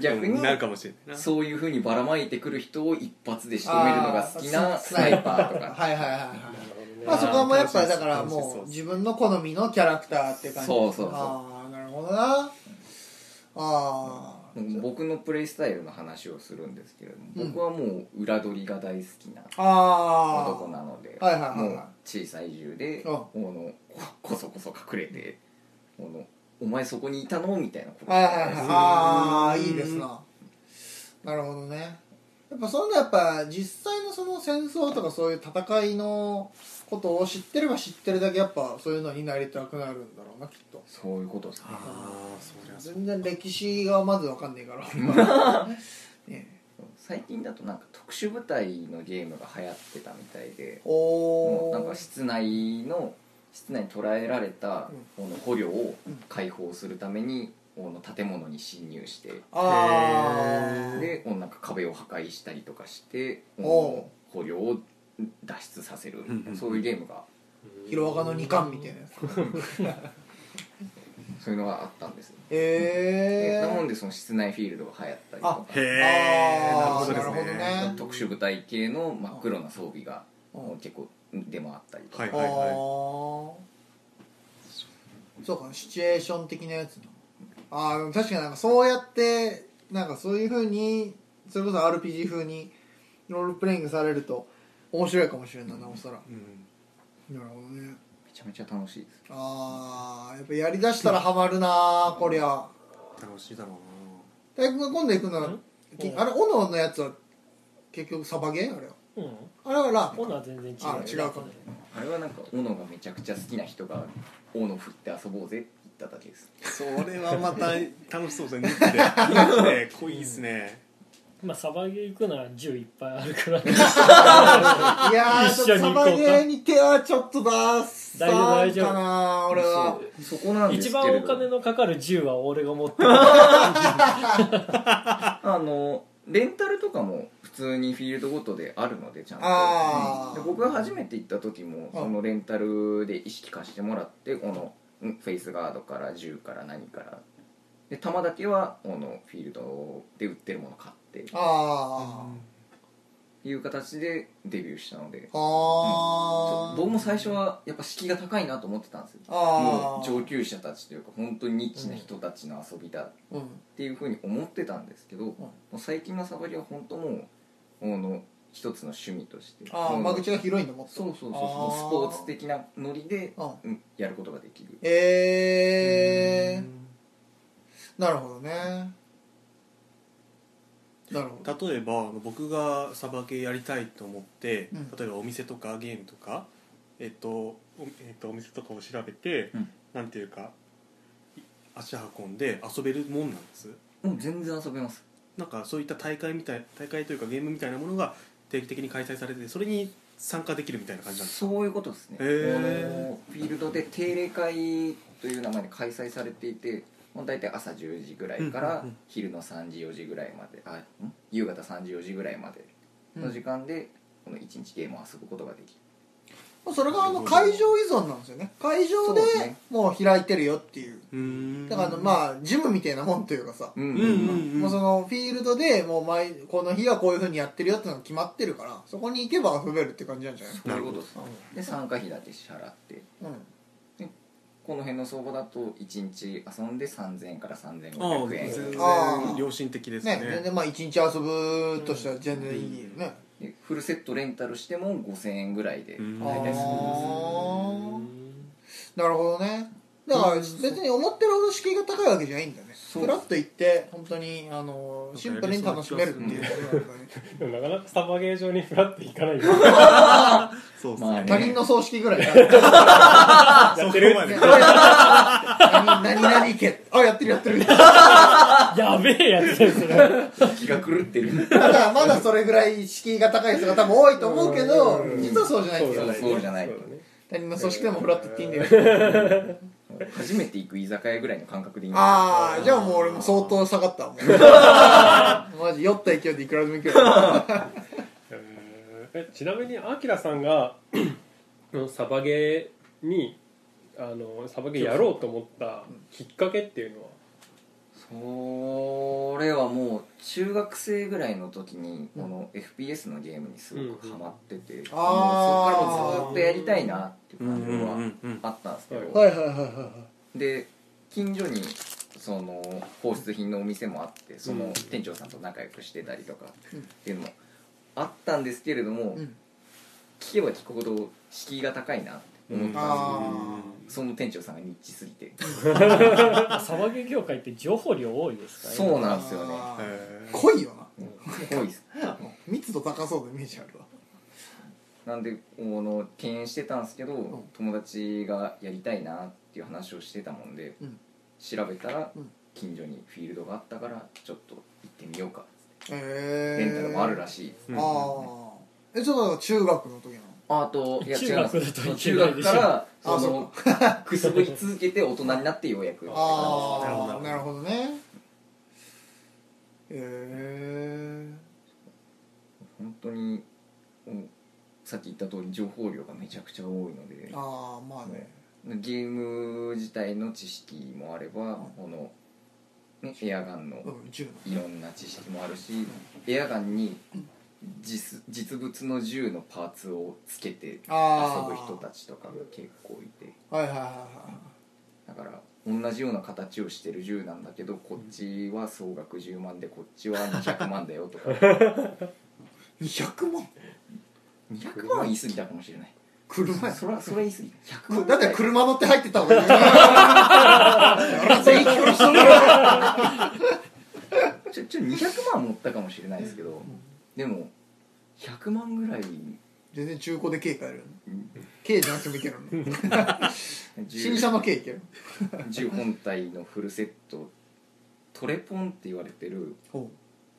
Speaker 4: 逆
Speaker 1: うん
Speaker 4: に
Speaker 1: なるかもしれないな
Speaker 4: そういうふうにばらまいてくる人を一発で仕留めるのが好きなスナイパーとか
Speaker 2: はいはいはいはいまあそこはもうやっぱだから
Speaker 1: 楽しそ
Speaker 2: も
Speaker 1: う
Speaker 2: う自分の好みのキャラクターって感じ
Speaker 4: そうそうそう
Speaker 2: ああなるほどなあー
Speaker 4: 僕のプレイスタイルの話をするんですけれども、
Speaker 2: うん
Speaker 4: 僕はもう裏取りが大好きな
Speaker 2: あー
Speaker 4: 男なので
Speaker 2: はいはいはいはい
Speaker 4: もう小さい銃で
Speaker 2: ん
Speaker 4: このここそこそ隠れてこの「お前そこにいたの?」みたいなこと
Speaker 2: はいはいはいああいいですななるほどねやっぱそんなやっぱ実際のその戦争とかそういう戦いのことを知ってれば知ってるだけやっぱそういうのになりたくなるんだろうなきっと
Speaker 4: そういうことですね
Speaker 1: ああそりゃそう
Speaker 2: 全然歴史がまずわかんねえから ね
Speaker 4: 最近だとなんか特殊部隊のゲームが流行ってたみたいでも
Speaker 2: お
Speaker 4: う
Speaker 2: ー
Speaker 4: なんか室内の室内に捕らえられたこの捕虜を
Speaker 2: うん
Speaker 4: 解放するためにこの建物に侵入して
Speaker 2: あー
Speaker 4: でこのなんか壁を破壊したりとかして
Speaker 2: おう
Speaker 4: この捕虜を脱出させるみたいなそういうゲームが
Speaker 2: ヒロアカの二巻みたいなやつ
Speaker 4: そういうのがあったんですよ
Speaker 2: へ
Speaker 4: で
Speaker 2: え
Speaker 4: なもんでその室内フィールドが流行ったりとか
Speaker 1: へえなる
Speaker 2: あ
Speaker 1: ほ
Speaker 2: ー
Speaker 1: どで
Speaker 2: なる
Speaker 1: す
Speaker 2: ほ
Speaker 1: ね
Speaker 2: どね
Speaker 4: 特殊部隊系の真っ黒な装備が
Speaker 2: うん
Speaker 4: 結構出回ったりとか、
Speaker 1: はい
Speaker 2: あ
Speaker 1: はいはい
Speaker 2: ーそうかシチュエーション的なやつなあーでも確かになんかそうやってなんかそういうふうにそれこそ RPG 風にロールプレイングされると面白いかもしれんないなおさら、
Speaker 1: うん
Speaker 2: なるほどね
Speaker 4: めちゃめちゃ楽しいです
Speaker 2: あーやっぱやりだしたらハマるなこりゃ
Speaker 1: 楽しいだろう
Speaker 2: 大工が今度行くのはきあれ斧のやつは結局サバゲーあれは
Speaker 3: うん
Speaker 2: あれはラーメン
Speaker 3: 今度は全然違う
Speaker 2: あ違うかも
Speaker 4: あれはなんか斧がめちゃくちゃ好きな人が斧振って遊ぼうぜって言っただけです
Speaker 1: なそれはまた楽しそうですねニッチで濃いですね
Speaker 3: まあサバゲー行くなら銃いっぱいあるから
Speaker 2: いやー
Speaker 3: 一
Speaker 2: ちょ
Speaker 3: 緒
Speaker 2: っとサ
Speaker 3: に行こうか
Speaker 2: バゲーに手はちょっと出すさ
Speaker 3: 大丈夫
Speaker 2: かな俺は
Speaker 4: そうそこなんです
Speaker 3: 一
Speaker 4: けれど
Speaker 3: 番お金のかかる銃は俺が持ってる
Speaker 4: あのレンタルとかも普通にフィールドごとであるのでちゃんと
Speaker 2: あ
Speaker 4: で
Speaker 2: ー
Speaker 4: 僕が初めて行った時も
Speaker 2: あ
Speaker 4: そのレンタルで意識貸してもらってこのんフェイスガードから銃から何からで弾だけはこのフィールドで売ってるもの買って
Speaker 2: あー
Speaker 4: いう形でデビューしたので
Speaker 2: あ
Speaker 4: 僕も最初はやっぱ敷居が高いなと思ってたんですよも
Speaker 2: あ
Speaker 4: う
Speaker 2: ー
Speaker 4: 上級者たちというか本当にニッチな人たちの遊びだ
Speaker 2: うん
Speaker 4: っていうふうに思ってたんですけど、もう最近のサバリは本当もうあの一つの趣味として
Speaker 2: あ
Speaker 4: も
Speaker 2: あ
Speaker 4: う
Speaker 2: 間口が広いんだもっと
Speaker 4: そうそうそう
Speaker 2: あ
Speaker 4: そう
Speaker 2: ー
Speaker 4: もうスポーツ的なノリで、
Speaker 2: うん
Speaker 4: うんやることができる
Speaker 2: ええー、なるほどねなるほど
Speaker 1: 例えばあの僕がサバゲーやりたいと思って、
Speaker 2: うん
Speaker 1: 例えばお店とかゲームとか、えっとおえっと、お店とかを調べて、
Speaker 4: うん
Speaker 1: なんていうかい足運んで遊べるもんなんです
Speaker 4: もう全然遊べます
Speaker 1: なんかそういった大会みたい大会というかゲームみたいなものが定期的に開催されてそれに参加できるみたいな感じなんですか
Speaker 4: そういうことですね、
Speaker 1: へー
Speaker 4: このフィールドで定例会という名前で開催されていてもう大体朝10時ぐらいか
Speaker 1: うん
Speaker 4: ら
Speaker 1: うんうん
Speaker 4: 昼の3時4時ぐらいまであん夕方3時4時ぐらいまで
Speaker 2: うん
Speaker 4: の時間で、この1日ゲームを遊ぶことができる
Speaker 2: まあそれがあの会場依存なんですよね会場で
Speaker 4: そうですね
Speaker 2: もう開いてるよっていう
Speaker 1: うーん
Speaker 2: だからあのまあジムみたいなもんというかさ、
Speaker 4: うん
Speaker 1: うんうんうん
Speaker 2: もうそのフィールドでもう毎この日はこういうふうにやってるよってのが決まってるからそこに行けば遊べるって感じなんじゃない
Speaker 4: そういうことですねで参加費だけ支払ってこの辺の相場だと1日遊んで3000円から
Speaker 1: ああ
Speaker 4: 3500
Speaker 1: 全
Speaker 4: 円
Speaker 1: 然
Speaker 2: ああ
Speaker 1: 良心的です
Speaker 2: ね
Speaker 1: ね
Speaker 2: 全然まあ一日遊ぶとしたら全然いいよね、
Speaker 4: でフルセットレンタルしても5000円ぐらいで
Speaker 1: うん
Speaker 4: 大体済みます
Speaker 2: ああなるほどねだから別に思ってるほど敷居が高いわけじゃないんだね
Speaker 4: そう
Speaker 2: フラッと行って本当にあのシンプルに楽しめるっていうことなんだね
Speaker 7: でもなかなかサバゲー場にフラッと行かないんで
Speaker 1: そうですね、
Speaker 4: まあ
Speaker 2: 他
Speaker 4: ね
Speaker 2: 人の葬式ぐら いだ
Speaker 1: やってる
Speaker 2: ね何何々家あやってるやってる
Speaker 3: やべえやつですね
Speaker 4: 気が狂ってる
Speaker 2: まだまだそれぐらい敷居が高い人が多分多いと思うけど
Speaker 7: うん
Speaker 2: 実はそうじゃないってい
Speaker 4: そううそうじゃない
Speaker 7: そうだね
Speaker 2: 他人の組織でもフラッと行っていいんだよ
Speaker 4: 初めて行く居酒屋ぐらいの感覚でいいんです
Speaker 2: ああじゃあもう俺も相当下がったわもうマジ酔った勢いでいくらでもいける
Speaker 7: えーえちなみにアキラさんがうんサバゲーにあのサバゲーやろうと思ったきっかけっていうのは
Speaker 4: それはもう中学生ぐらいの時にこの FPS のゲームにすごくハマってて、もうそこからもうずっとやりたいなっていう
Speaker 1: うん
Speaker 4: 感
Speaker 1: う
Speaker 4: じ
Speaker 1: んう
Speaker 4: は
Speaker 1: んうん
Speaker 4: あったんですけど、
Speaker 2: はいはいはいはいはい
Speaker 4: で近所にその放出品のお店もあってその店長さんと仲良くしてたりとかっていうのもあったんですけれども、
Speaker 2: うん
Speaker 4: 聞けば聞くほど敷居が高いなって思ってたんですけど、
Speaker 2: あ
Speaker 4: その店長さんがニッチすぎて
Speaker 3: サバゲー業界って情報量多いですから
Speaker 4: そう
Speaker 2: あ
Speaker 4: なんですよね
Speaker 1: へ
Speaker 2: 濃いよな
Speaker 4: 多いです
Speaker 2: 密度高そうなイメージあるわ
Speaker 4: なんであの敬遠してたんですけど、友達がやりたいなっていう話をしてたもんで、
Speaker 2: うん
Speaker 4: 調べたら
Speaker 2: うん
Speaker 4: 近所にフィールドがあったからちょっと行ってみようか
Speaker 2: へえ
Speaker 4: レンタルもあるらしい、
Speaker 1: え
Speaker 2: ああえちょっと中学の時なの
Speaker 4: あといや
Speaker 3: 中
Speaker 4: 違います
Speaker 3: 学だと行け
Speaker 4: 中
Speaker 3: ない
Speaker 4: 学
Speaker 3: でしょ
Speaker 4: から
Speaker 2: あ
Speaker 4: そのくすぶり続けて大人になってようやく
Speaker 2: ああ
Speaker 1: な
Speaker 2: なる
Speaker 1: る
Speaker 2: ほどねへ
Speaker 4: 本当にうんさっき言った通り情報量がめちゃくちゃ多いので
Speaker 2: えああまあね
Speaker 4: ゲーム自体の知識もあればこの、ね、エアガンの、
Speaker 2: うん10
Speaker 4: いろんな知識もあるしエアガンに実実物の銃のパーツをつけて遊
Speaker 2: あー
Speaker 4: ぶ人たちとかが結構いて
Speaker 2: はいはいはいはい
Speaker 4: だから同じような形をしてる銃なんだけどこっちは総額10万でこっちは200万だよとか
Speaker 2: 200万
Speaker 4: 200万は言い過ぎたかもしれない
Speaker 2: 車や
Speaker 4: それはそれは言い過ぎ100
Speaker 2: く
Speaker 4: 万
Speaker 2: だって車乗って入ってった方がいいよ俺全員殺した
Speaker 4: ちょちょ200万持ったかもしれないですけどでも100万ぐらい
Speaker 2: 全然中古で軽買えるよね軽じゃなくてもいけるのね新
Speaker 4: 銃
Speaker 2: 車の軽いける
Speaker 4: 銃本体のフルセットトレポンって言われてる
Speaker 2: ほ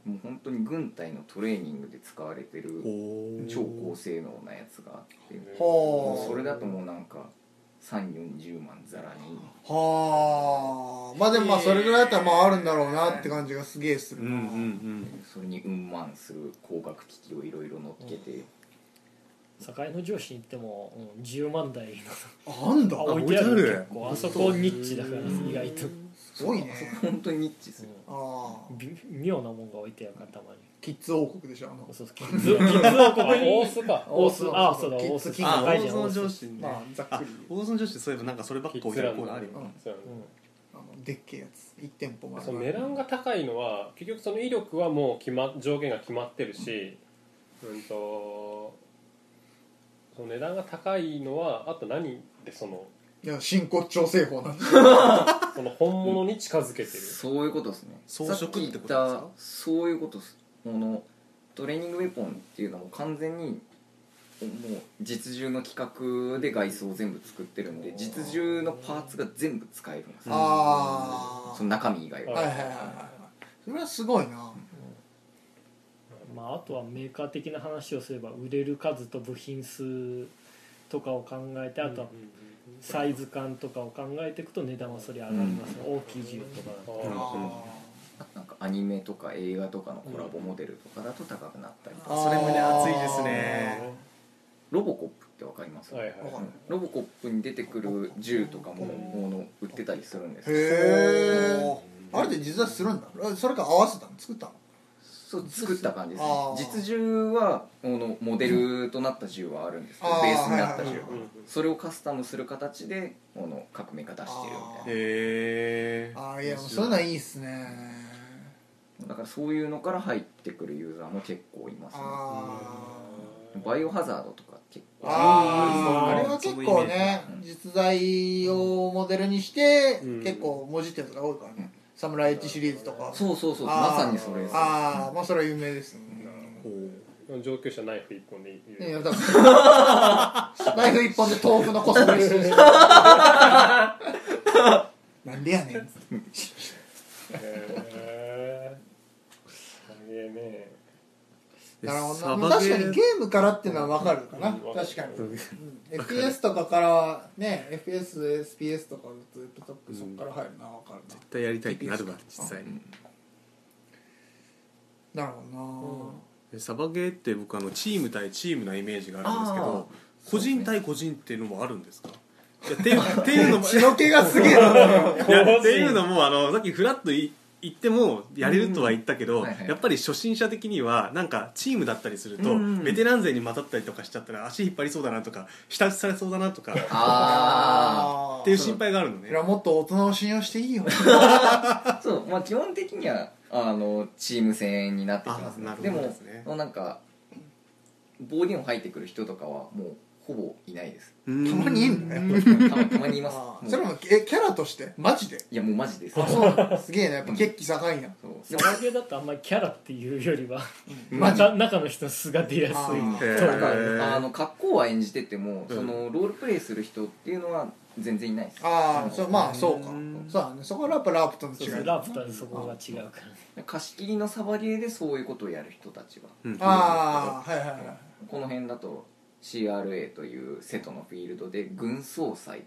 Speaker 4: もう本当に軍隊のトレーニングで使われてる
Speaker 1: お
Speaker 4: 超高性能なやつがあって
Speaker 2: ほ
Speaker 4: もう
Speaker 2: ー
Speaker 4: それだともうなんか3 4 0万ざらに
Speaker 2: はあまあでもまあそれぐらいだったらまああるんだろうなって感じがすげえす
Speaker 1: う
Speaker 2: る
Speaker 1: んう
Speaker 2: なん
Speaker 1: うん
Speaker 4: それにうんまんする光学機器をいろいろ乗っけて
Speaker 3: 境の上司に行っても、うん、10万台の
Speaker 1: あんだ
Speaker 3: あ置いてある結構あそこニッチだから意外と
Speaker 2: すごい
Speaker 4: あそ
Speaker 2: ね
Speaker 4: こ本当にニッチですよ
Speaker 2: ああ
Speaker 3: び妙なもんが置いてあるからたまに
Speaker 2: キッズ王国でしょあの
Speaker 3: そうそうキッズキッズ王国に
Speaker 7: 大須か
Speaker 3: オースあそうだ
Speaker 2: キッ
Speaker 3: オー
Speaker 2: ズ
Speaker 3: ス
Speaker 2: キ
Speaker 3: キ
Speaker 2: ン
Speaker 3: ン
Speaker 2: グ
Speaker 3: グ
Speaker 1: あ
Speaker 3: 高い
Speaker 1: 大
Speaker 3: じゃん
Speaker 1: 園
Speaker 3: オ
Speaker 1: 女
Speaker 3: ース
Speaker 1: 子
Speaker 2: まあ
Speaker 1: ね
Speaker 2: ざっ
Speaker 1: あ
Speaker 2: くり言う
Speaker 1: 大園女子そういえばなんかそればっか置いてあるコーナーあるよ
Speaker 2: うん
Speaker 7: そうなんだ
Speaker 2: あのでっけえやつ1店舗もある
Speaker 7: その値段が高いのは結局その威力はもう決、ま、上限が決まってるし、うん、とその値段が高いのはあと何でその
Speaker 2: いや真骨頂製法なんだ
Speaker 7: その本物に近づけてる、
Speaker 4: そういうことですね
Speaker 1: 装
Speaker 4: さ
Speaker 1: 飾
Speaker 4: っき言った
Speaker 1: ってことですか
Speaker 4: そういうことですこのトレーニングウェポンっていうのも完全にもう実銃の企画で外装を全部作ってるんで実銃のパーツが全部使えるんですよ
Speaker 2: あ
Speaker 4: その中身以外
Speaker 2: あ
Speaker 4: は、
Speaker 2: はいはいはいはいそれはすごいな
Speaker 3: まあ、あとはメーカー的な話をすれば売れる数と部品数とかを考えてあとはサイズ感とかを考えていくと値段はそれ上がりますね、大きい銃とかだと
Speaker 7: あー
Speaker 2: あ
Speaker 4: なんかアニメとか映画とかのコラボモデルとかだと高くなったりとか
Speaker 2: あ
Speaker 1: それもね熱いですね
Speaker 4: ロボコップってわかります、
Speaker 7: はいはい
Speaker 2: わかんない
Speaker 4: ロボコップに出てくる銃とかももの売ってたりするんですけど
Speaker 2: へえあれで実在するんだそれか合わせたの作ったの
Speaker 4: そう作った感じですね
Speaker 2: あー
Speaker 4: 実銃はあのモデルとなった銃はあるんですけど
Speaker 2: あー
Speaker 4: ベースになった
Speaker 2: はい
Speaker 4: 銃
Speaker 2: はい
Speaker 7: うんうん
Speaker 4: それをカスタムする形であの各メーカー出してるみた
Speaker 1: へ
Speaker 4: い
Speaker 1: え
Speaker 2: ああいやもうそういうのはいいっすね
Speaker 4: なだからそういうのから入ってくるユーザーも結構いますね
Speaker 2: あ
Speaker 4: バイオハザードとか結
Speaker 2: あ
Speaker 4: 構
Speaker 1: うん
Speaker 2: あああれは結構ね実在をモデルにして
Speaker 7: うん
Speaker 2: 結構文字ってるとか多いから
Speaker 4: う
Speaker 2: ね
Speaker 4: ん
Speaker 2: 「サムライエッジ」シリーズとか
Speaker 4: そうそうそう
Speaker 2: あ
Speaker 4: ま
Speaker 2: ー
Speaker 4: さにそれです
Speaker 2: ああまあそれは有名ですね
Speaker 7: 上級者ナイフ一本でいい
Speaker 2: いやだからナイフ一本で豆腐のコスプレしてる人なんでやねん
Speaker 7: へーすげえね
Speaker 2: なるほどな
Speaker 1: サ
Speaker 2: ま
Speaker 1: バ
Speaker 2: あ確
Speaker 1: ゲ
Speaker 2: か
Speaker 1: ー
Speaker 2: にゲームからっていうのは分かるかな、
Speaker 7: うん
Speaker 2: 確かに、うん FPS とかからはね FSSPS とかだとやっぱ多分そっから入るな分かるな、
Speaker 1: 絶対やりたいってなるわ実際に
Speaker 2: なるほ
Speaker 1: でサバゲーって僕あのチーム対チームなイメージがあるんですけど個人対個人っていうのもあるんですかいやっていうっていうのも
Speaker 2: どな血の気がすげえな
Speaker 1: いやっていうのもあのさっきフラッとい言ってもやれるとは言ったけど、
Speaker 4: うんはいはい
Speaker 1: やっぱり初心者的にはなんかチームだったりすると、
Speaker 4: うん
Speaker 1: ベテラン勢に混ざったりとかしちゃったら足引っ張りそうだなとか下打ちされそうだなとかっ
Speaker 4: あ
Speaker 2: って
Speaker 1: いう心配があるのね
Speaker 2: いやもっと大人を信用していいよ
Speaker 4: あそうまあ基本的にはあのチーム戦になってきますね
Speaker 1: あなるほど
Speaker 4: でも
Speaker 1: ですね
Speaker 4: もうなんか暴言を吐いてくる人とかはもうほぼいないです
Speaker 1: た
Speaker 2: たまにいいんだよ
Speaker 4: たたまにいます
Speaker 2: あ
Speaker 4: も
Speaker 2: ー
Speaker 4: う
Speaker 2: それもえキャラとしてマジで
Speaker 4: いやもうマジです
Speaker 2: そうすげえなやっぱ血気盛んや
Speaker 4: そう
Speaker 3: サバゲーだとあんまりキャラっていうよりは、
Speaker 2: マジ
Speaker 3: 中中の人の素が出やすい
Speaker 2: あ
Speaker 1: へ
Speaker 2: ー
Speaker 4: だから
Speaker 1: ー
Speaker 4: あの格好は演じてても、
Speaker 1: うん
Speaker 4: そのロールプレイする人っていうのは全然いないです
Speaker 2: ああそうまあそうか
Speaker 1: うん
Speaker 2: そうだねそこはやっぱラープとの
Speaker 3: そう
Speaker 2: 違
Speaker 3: そう
Speaker 2: い
Speaker 3: ラプターでそこが違うから
Speaker 4: 貸し切りのサバゲーでそういうことをやる人たちは
Speaker 1: うん
Speaker 2: ああはいはいはい
Speaker 4: この辺だと CRA という瀬戸のフィールドで軍総祭っ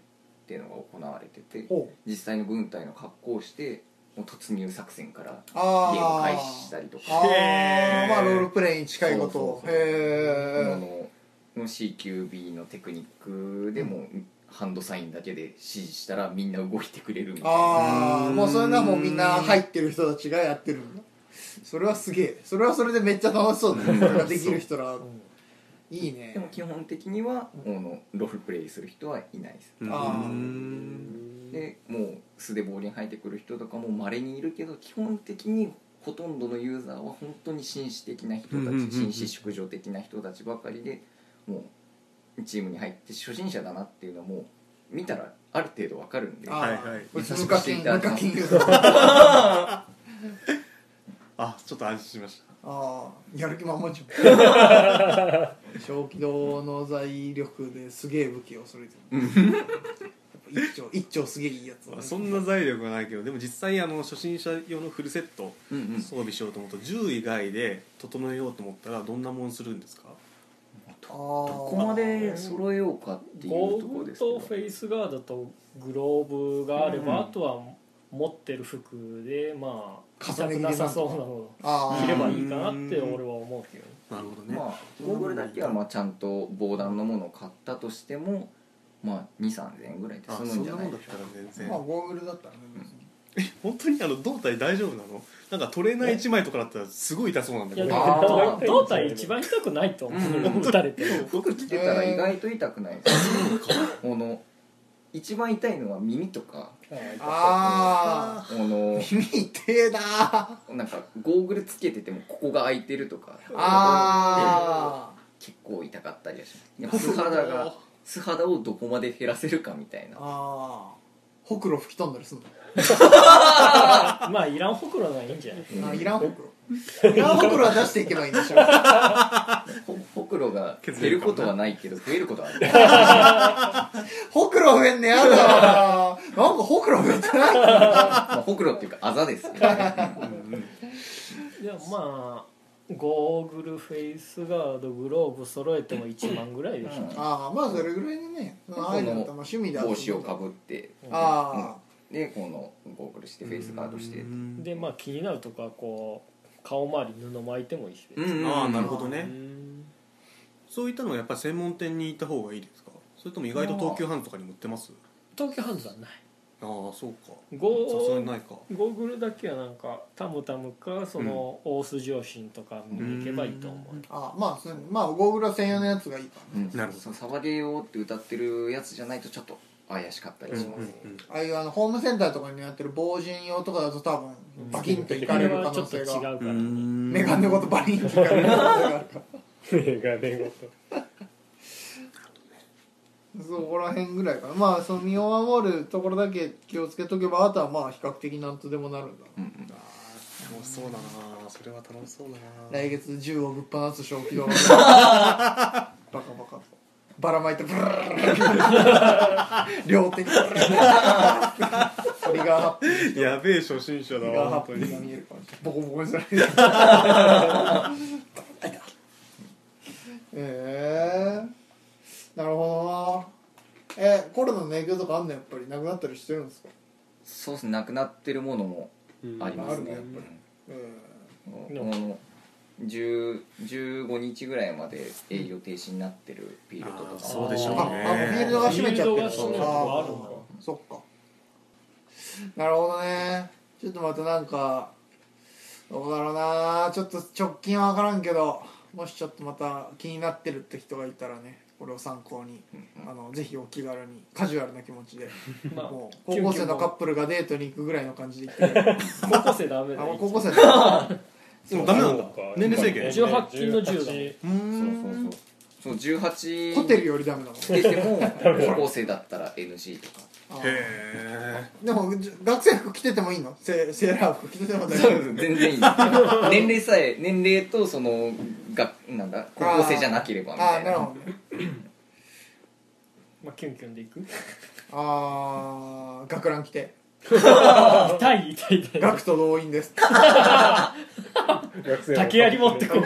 Speaker 4: ていうのが行われてて
Speaker 2: ほ
Speaker 4: 実際の軍隊の格好をしてもう突入作戦からゲ
Speaker 2: ああ
Speaker 4: ームを開始したりとか
Speaker 2: あ
Speaker 1: へ
Speaker 2: ー
Speaker 1: ー
Speaker 2: まあロールプレイに近いことを
Speaker 4: そ
Speaker 2: へ
Speaker 4: うそうそうも
Speaker 2: え
Speaker 4: のの CQB のテクニックでもハンドサインだけで指示したらみんな動いてくれるみたいな
Speaker 2: ああもうそれがもうみんな入ってる人たちがやってるんだそれはすげえそれはそれでめっちゃ楽しそうだねそれができる人らいい
Speaker 4: でも
Speaker 2: ね
Speaker 4: 基本的にはあのロールプレイする人はいないです
Speaker 1: うん
Speaker 2: あー
Speaker 1: うん
Speaker 4: でもう素でボーリン入ってくる人とかもまれにいるけど基本的にほとんどのユーザーは本当に紳士的な人
Speaker 1: うんうんうんう
Speaker 4: た
Speaker 1: ん
Speaker 4: ち紳士淑女的な人たちばかりでもうチームに入って初心者だなっていうのはもう見たらある程度わかるんで
Speaker 2: あ
Speaker 1: はいはい
Speaker 2: 無課金無課金
Speaker 1: あちょっと安心しまし
Speaker 2: ああやる気満々じ ゃん小気道の財力ですげえ武器を恐れてるやっ一丁一丁すげえいいやつ
Speaker 1: まあそんな財力がないけどでも実際あの初心者用のフルセット
Speaker 4: うんうん
Speaker 1: 装備しようと思うと銃以外で整えようと思ったらどんなもんするんですか
Speaker 2: あ
Speaker 4: こ
Speaker 2: こ
Speaker 4: こまで揃えようかっていう
Speaker 3: ゴ
Speaker 4: ところ
Speaker 3: ーグ
Speaker 4: で
Speaker 3: ル
Speaker 4: すけ
Speaker 3: と
Speaker 4: ど
Speaker 3: フェイスガードとグローブがあれば、
Speaker 4: うん
Speaker 3: あとは持ってる服でまあ
Speaker 2: 重ね着で
Speaker 3: なさそうなの
Speaker 2: あ
Speaker 3: を
Speaker 2: ー
Speaker 3: 着ればいいかなって俺は思うけどね
Speaker 1: なるほどね、
Speaker 4: まあゴーグルだけはまあちゃんと防弾のものを買ったとしてもまあ23000円ぐらいで
Speaker 1: あ
Speaker 4: 済
Speaker 1: そ
Speaker 4: むん
Speaker 1: ん
Speaker 4: じゃ
Speaker 1: な
Speaker 4: な
Speaker 1: も
Speaker 4: い
Speaker 1: んだ
Speaker 4: で
Speaker 1: っ
Speaker 4: した
Speaker 1: ら全
Speaker 2: まあ
Speaker 1: 然
Speaker 2: ゴーグルだったらね別に
Speaker 1: 本当にあの胴体大丈夫なのなんかトレーナー1枚とかだったらすごい痛そうなんだ
Speaker 3: いや
Speaker 1: け
Speaker 3: で
Speaker 1: ど
Speaker 4: あー
Speaker 3: も胴体一番痛くないと思
Speaker 4: うん
Speaker 3: う打たれて
Speaker 4: すか服着てたら意外と痛くないですこの一番痛いのは耳とか
Speaker 2: あ
Speaker 4: この
Speaker 2: ー耳痛えなー
Speaker 4: なんかゴーグルつけててもここが開いてるとか
Speaker 2: あ
Speaker 4: 結構痛かったりはしますやっぱ素肌が素肌をどこまで減らせるかみたい
Speaker 2: ー
Speaker 4: な
Speaker 2: あーほくろ吹き飛んだりすんの
Speaker 3: まあいらんほくろがいいんじゃない
Speaker 2: あいらんほくろいらんほくろは出していけばいいんでしょ
Speaker 4: ほほくろが減ることはないけど増えることはある
Speaker 2: ほくろ増えんねやだわなんかほくろ増えてない
Speaker 4: まあ、ほくろっていうかあざですよね
Speaker 3: でもまあゴーグルフェイスガードグローブ揃えても1万ぐらいでしょ、
Speaker 4: うん
Speaker 2: ああまあそれぐらいでねそのアイドルとまあ趣味で
Speaker 4: 帽子をかぶって
Speaker 2: あ
Speaker 4: でこのゴーグルしてフェイスガードして
Speaker 1: うん
Speaker 3: でまあ気になるとこはこう顔周り布巻いてもいいし、
Speaker 1: ああなる
Speaker 4: ほ
Speaker 1: ほどねそういったのはやっぱり専門店に行った方がいいですかそれとも意外と東急ハンズとかにも売ってます
Speaker 3: 東京ハンズはない
Speaker 1: ああそうか
Speaker 3: ゴ
Speaker 1: さすがに
Speaker 3: ー
Speaker 1: ないか
Speaker 3: ゴーグルだけはなんかタムタムかその大須上信とか見に行けばいいと思
Speaker 1: う
Speaker 3: う、
Speaker 1: ん
Speaker 2: ーあーまあそういうのまあゴーグルは専用のやつがいいか
Speaker 4: うん
Speaker 1: なるほど
Speaker 4: そうサバゲーよって歌ってるやつじゃないとちょっと怪しかったりします、
Speaker 2: ああいうあのホームセンターとかにやってる防塵用とかだと多分バキンといかれる可能
Speaker 3: それ
Speaker 2: 性
Speaker 3: はちょっと違
Speaker 2: が
Speaker 3: う
Speaker 1: う
Speaker 3: から、ね、
Speaker 1: ん
Speaker 2: メガネごとバリンといかれる可能性があるから
Speaker 7: 映画でごと
Speaker 2: そこら辺ぐらいかなまあその身を守るところだけ気をつけとけばあとはまあ比較的なんとでもなるんだ
Speaker 4: うんうん
Speaker 1: あー楽しそうだなそれは楽しそうだな
Speaker 2: 来月銃をぶっ放す正気をバカバカとばらまいてブルルルル両手にブルルルルトリガーハッピー
Speaker 1: やべえ初心者
Speaker 2: ト
Speaker 1: だ
Speaker 2: リガー
Speaker 1: わ
Speaker 2: ハ
Speaker 1: 本当
Speaker 2: ッピーが
Speaker 1: に
Speaker 2: 見えるかもしれないボコボコにされるえー、なるほどなえコロナの影響とかあんのやっぱりなくなったりしてるんですか
Speaker 4: そうですねなくなってるものもありますね、
Speaker 2: うんあ
Speaker 4: やっ
Speaker 2: るね
Speaker 4: ぱ
Speaker 2: え
Speaker 4: りこの10 15日ぐらいまで営業停止になってるフィールドとか
Speaker 1: あ
Speaker 4: も
Speaker 1: ーそうでしょう
Speaker 2: ああフィールドが
Speaker 1: ね
Speaker 2: 閉めちゃってる
Speaker 3: フィールドが閉め
Speaker 4: る
Speaker 2: あ
Speaker 4: と
Speaker 3: こあるんだ
Speaker 2: ーそっかなるほどねちょっとまたなんかどうだろうなちょっと直近は分からんけどもしちょっとまた気になってるって人がいたらねこれを参考にあのぜひお気軽にカジュアルな気持ちで
Speaker 3: まあ
Speaker 2: もう高校生のカップルがデートに行くぐらいの感じで行ってくれる
Speaker 3: 高校生ダメ
Speaker 2: あ
Speaker 3: だ
Speaker 2: も
Speaker 3: よ
Speaker 2: う高校生だ
Speaker 1: でもダメなんだ
Speaker 7: そうか
Speaker 1: 年齢制限
Speaker 3: 18禁の銃だもん
Speaker 1: う
Speaker 4: そうんそうそうそう18
Speaker 2: ホテルよりダメだもん
Speaker 4: つけて も高校生だったら NG とか
Speaker 2: あー
Speaker 1: へ
Speaker 2: でもじ学生服着ててもいいのセセーラー服着てても大丈
Speaker 4: そう
Speaker 2: 夫
Speaker 4: です全然いい年齢さえ年齢とそのがなんだ高校生じゃなければみ
Speaker 2: あ
Speaker 4: た
Speaker 2: あ
Speaker 4: い
Speaker 2: な
Speaker 4: な
Speaker 2: るほどね
Speaker 3: まあ、キュンキュンでいく
Speaker 2: ああ学ラン着て
Speaker 3: 痛い痛い痛い
Speaker 2: 学徒動員 です
Speaker 3: 竹槍持ってこう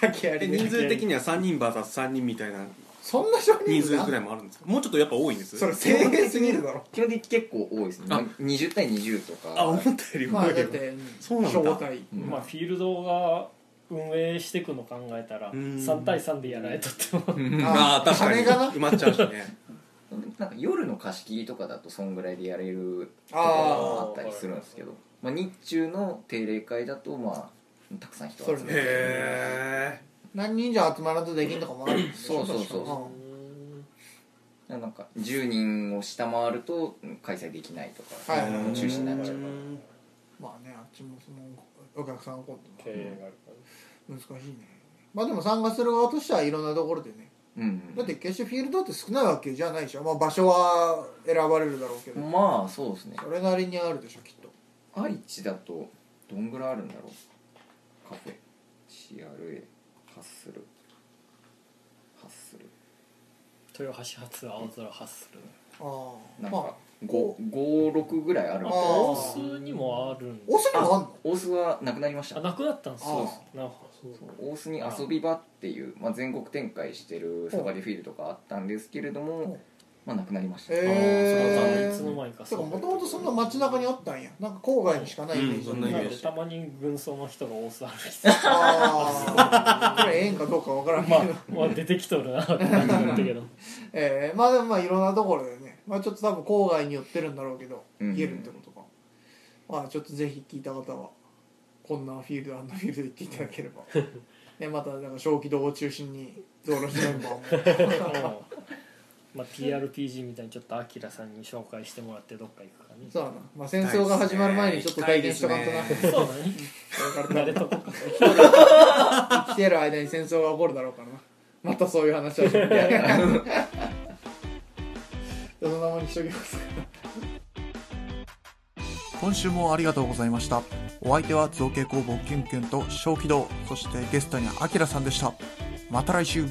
Speaker 2: 竹
Speaker 1: え
Speaker 2: 槍
Speaker 1: 人
Speaker 2: ね
Speaker 1: 数的には3人 VS3 人みたいな
Speaker 2: そんな少人
Speaker 1: 人
Speaker 2: 数
Speaker 1: 数
Speaker 2: だ
Speaker 1: くらいもあるんですかもうちょっとやっぱ多いんです
Speaker 2: それ制限すぎるだろ
Speaker 4: 基本的に結構多いですね
Speaker 1: あ
Speaker 4: 20対20とか
Speaker 1: あ思ったより
Speaker 2: ま
Speaker 1: 多
Speaker 2: あ
Speaker 1: い
Speaker 2: だ
Speaker 1: け
Speaker 2: っ
Speaker 1: ど
Speaker 2: て
Speaker 1: そうなんだ
Speaker 2: 招待
Speaker 4: うん
Speaker 3: まあフィールドが運営していくの考えたら
Speaker 1: うん
Speaker 3: 3対3でやられとっても
Speaker 1: ああ確かに
Speaker 2: 金がな
Speaker 1: 埋まっちゃうしね
Speaker 4: なんか夜の貸し切りとかだとそんぐらいでやれるところもあったりするんですけどまあ、日中の定例会だとまあたくさん人集
Speaker 2: それ
Speaker 4: めて
Speaker 1: へ
Speaker 2: 何人じゃ集まらんとできんとかもあるんでしょ
Speaker 4: そうそうそう
Speaker 2: 確か
Speaker 4: なんか10人を下回るとうん開催できないとか、
Speaker 2: はい
Speaker 1: え
Speaker 4: 中止になっちゃうから
Speaker 2: うんまあねあっちもそのお客さんのこと
Speaker 7: 経営があるか
Speaker 2: 難しいねまあでも参加する側としてはいろんなところでね
Speaker 4: うん
Speaker 2: だって決してフィールドって少ないわけじゃないでしょまあ場所は選ばれるだろうけど
Speaker 4: まあそうですね
Speaker 2: それなりにあるでしょきっと
Speaker 4: 愛知だとどんぐらいあるんだろうカフェ CRA ハッスルハッスル
Speaker 3: 豊橋発青空発する
Speaker 2: ああ
Speaker 4: なん
Speaker 2: まあ
Speaker 4: か56ぐらいあるみ
Speaker 8: あ
Speaker 2: あ
Speaker 4: た
Speaker 2: ー
Speaker 4: い
Speaker 8: とオスにもあるん
Speaker 2: オスにもあんの
Speaker 4: 大須はなくなりました
Speaker 8: あなくなったんです
Speaker 2: あー
Speaker 8: よなるほど
Speaker 4: 大須に遊び場っていう、まあ、全国展開してるサバリフィールドがあったんですけれども、まあ、なくなりました、
Speaker 2: へ
Speaker 8: あー
Speaker 2: え
Speaker 8: それはいつの間にか
Speaker 2: てか
Speaker 8: う
Speaker 2: もともとそんな街中にあったんやなんか郊外にしかないイメージ
Speaker 1: うんそんなイメ
Speaker 8: な
Speaker 1: ー
Speaker 8: ん
Speaker 1: ジ
Speaker 8: でたまに軍曹の人がオス歩いてて
Speaker 2: ああこれええんかどうかわからんけ
Speaker 8: ま
Speaker 2: ど、
Speaker 8: あ、まあ出てきとるなって感じだった けど
Speaker 2: ええまあでもまあいろんなところでね、まあ、ちょっと多分郊外に寄ってるんだろうけど
Speaker 4: うん
Speaker 2: 言えるってことか、まあちょっとぜひ聞いた方はこんなフィールドあんなフィールド行っていただけれ ばねまたなんか小気道を中心にゾウロシメンバ ーも
Speaker 8: まあ TRPG みたいにちょっとアキラさんに紹介してもらってどっか行くかね
Speaker 2: そうだな、まあ、戦争が始まる前にちょっと体験しとかんとな、
Speaker 8: そうだね慣れとこか
Speaker 2: 生きてる間に戦争が起こるだろうからなまたそういう話をしてみたい そのままにしときます
Speaker 5: 今週もありがとうございましたお相手は造形工房キュンキュンと小気道そしてゲストにアキラさんでしたまた来週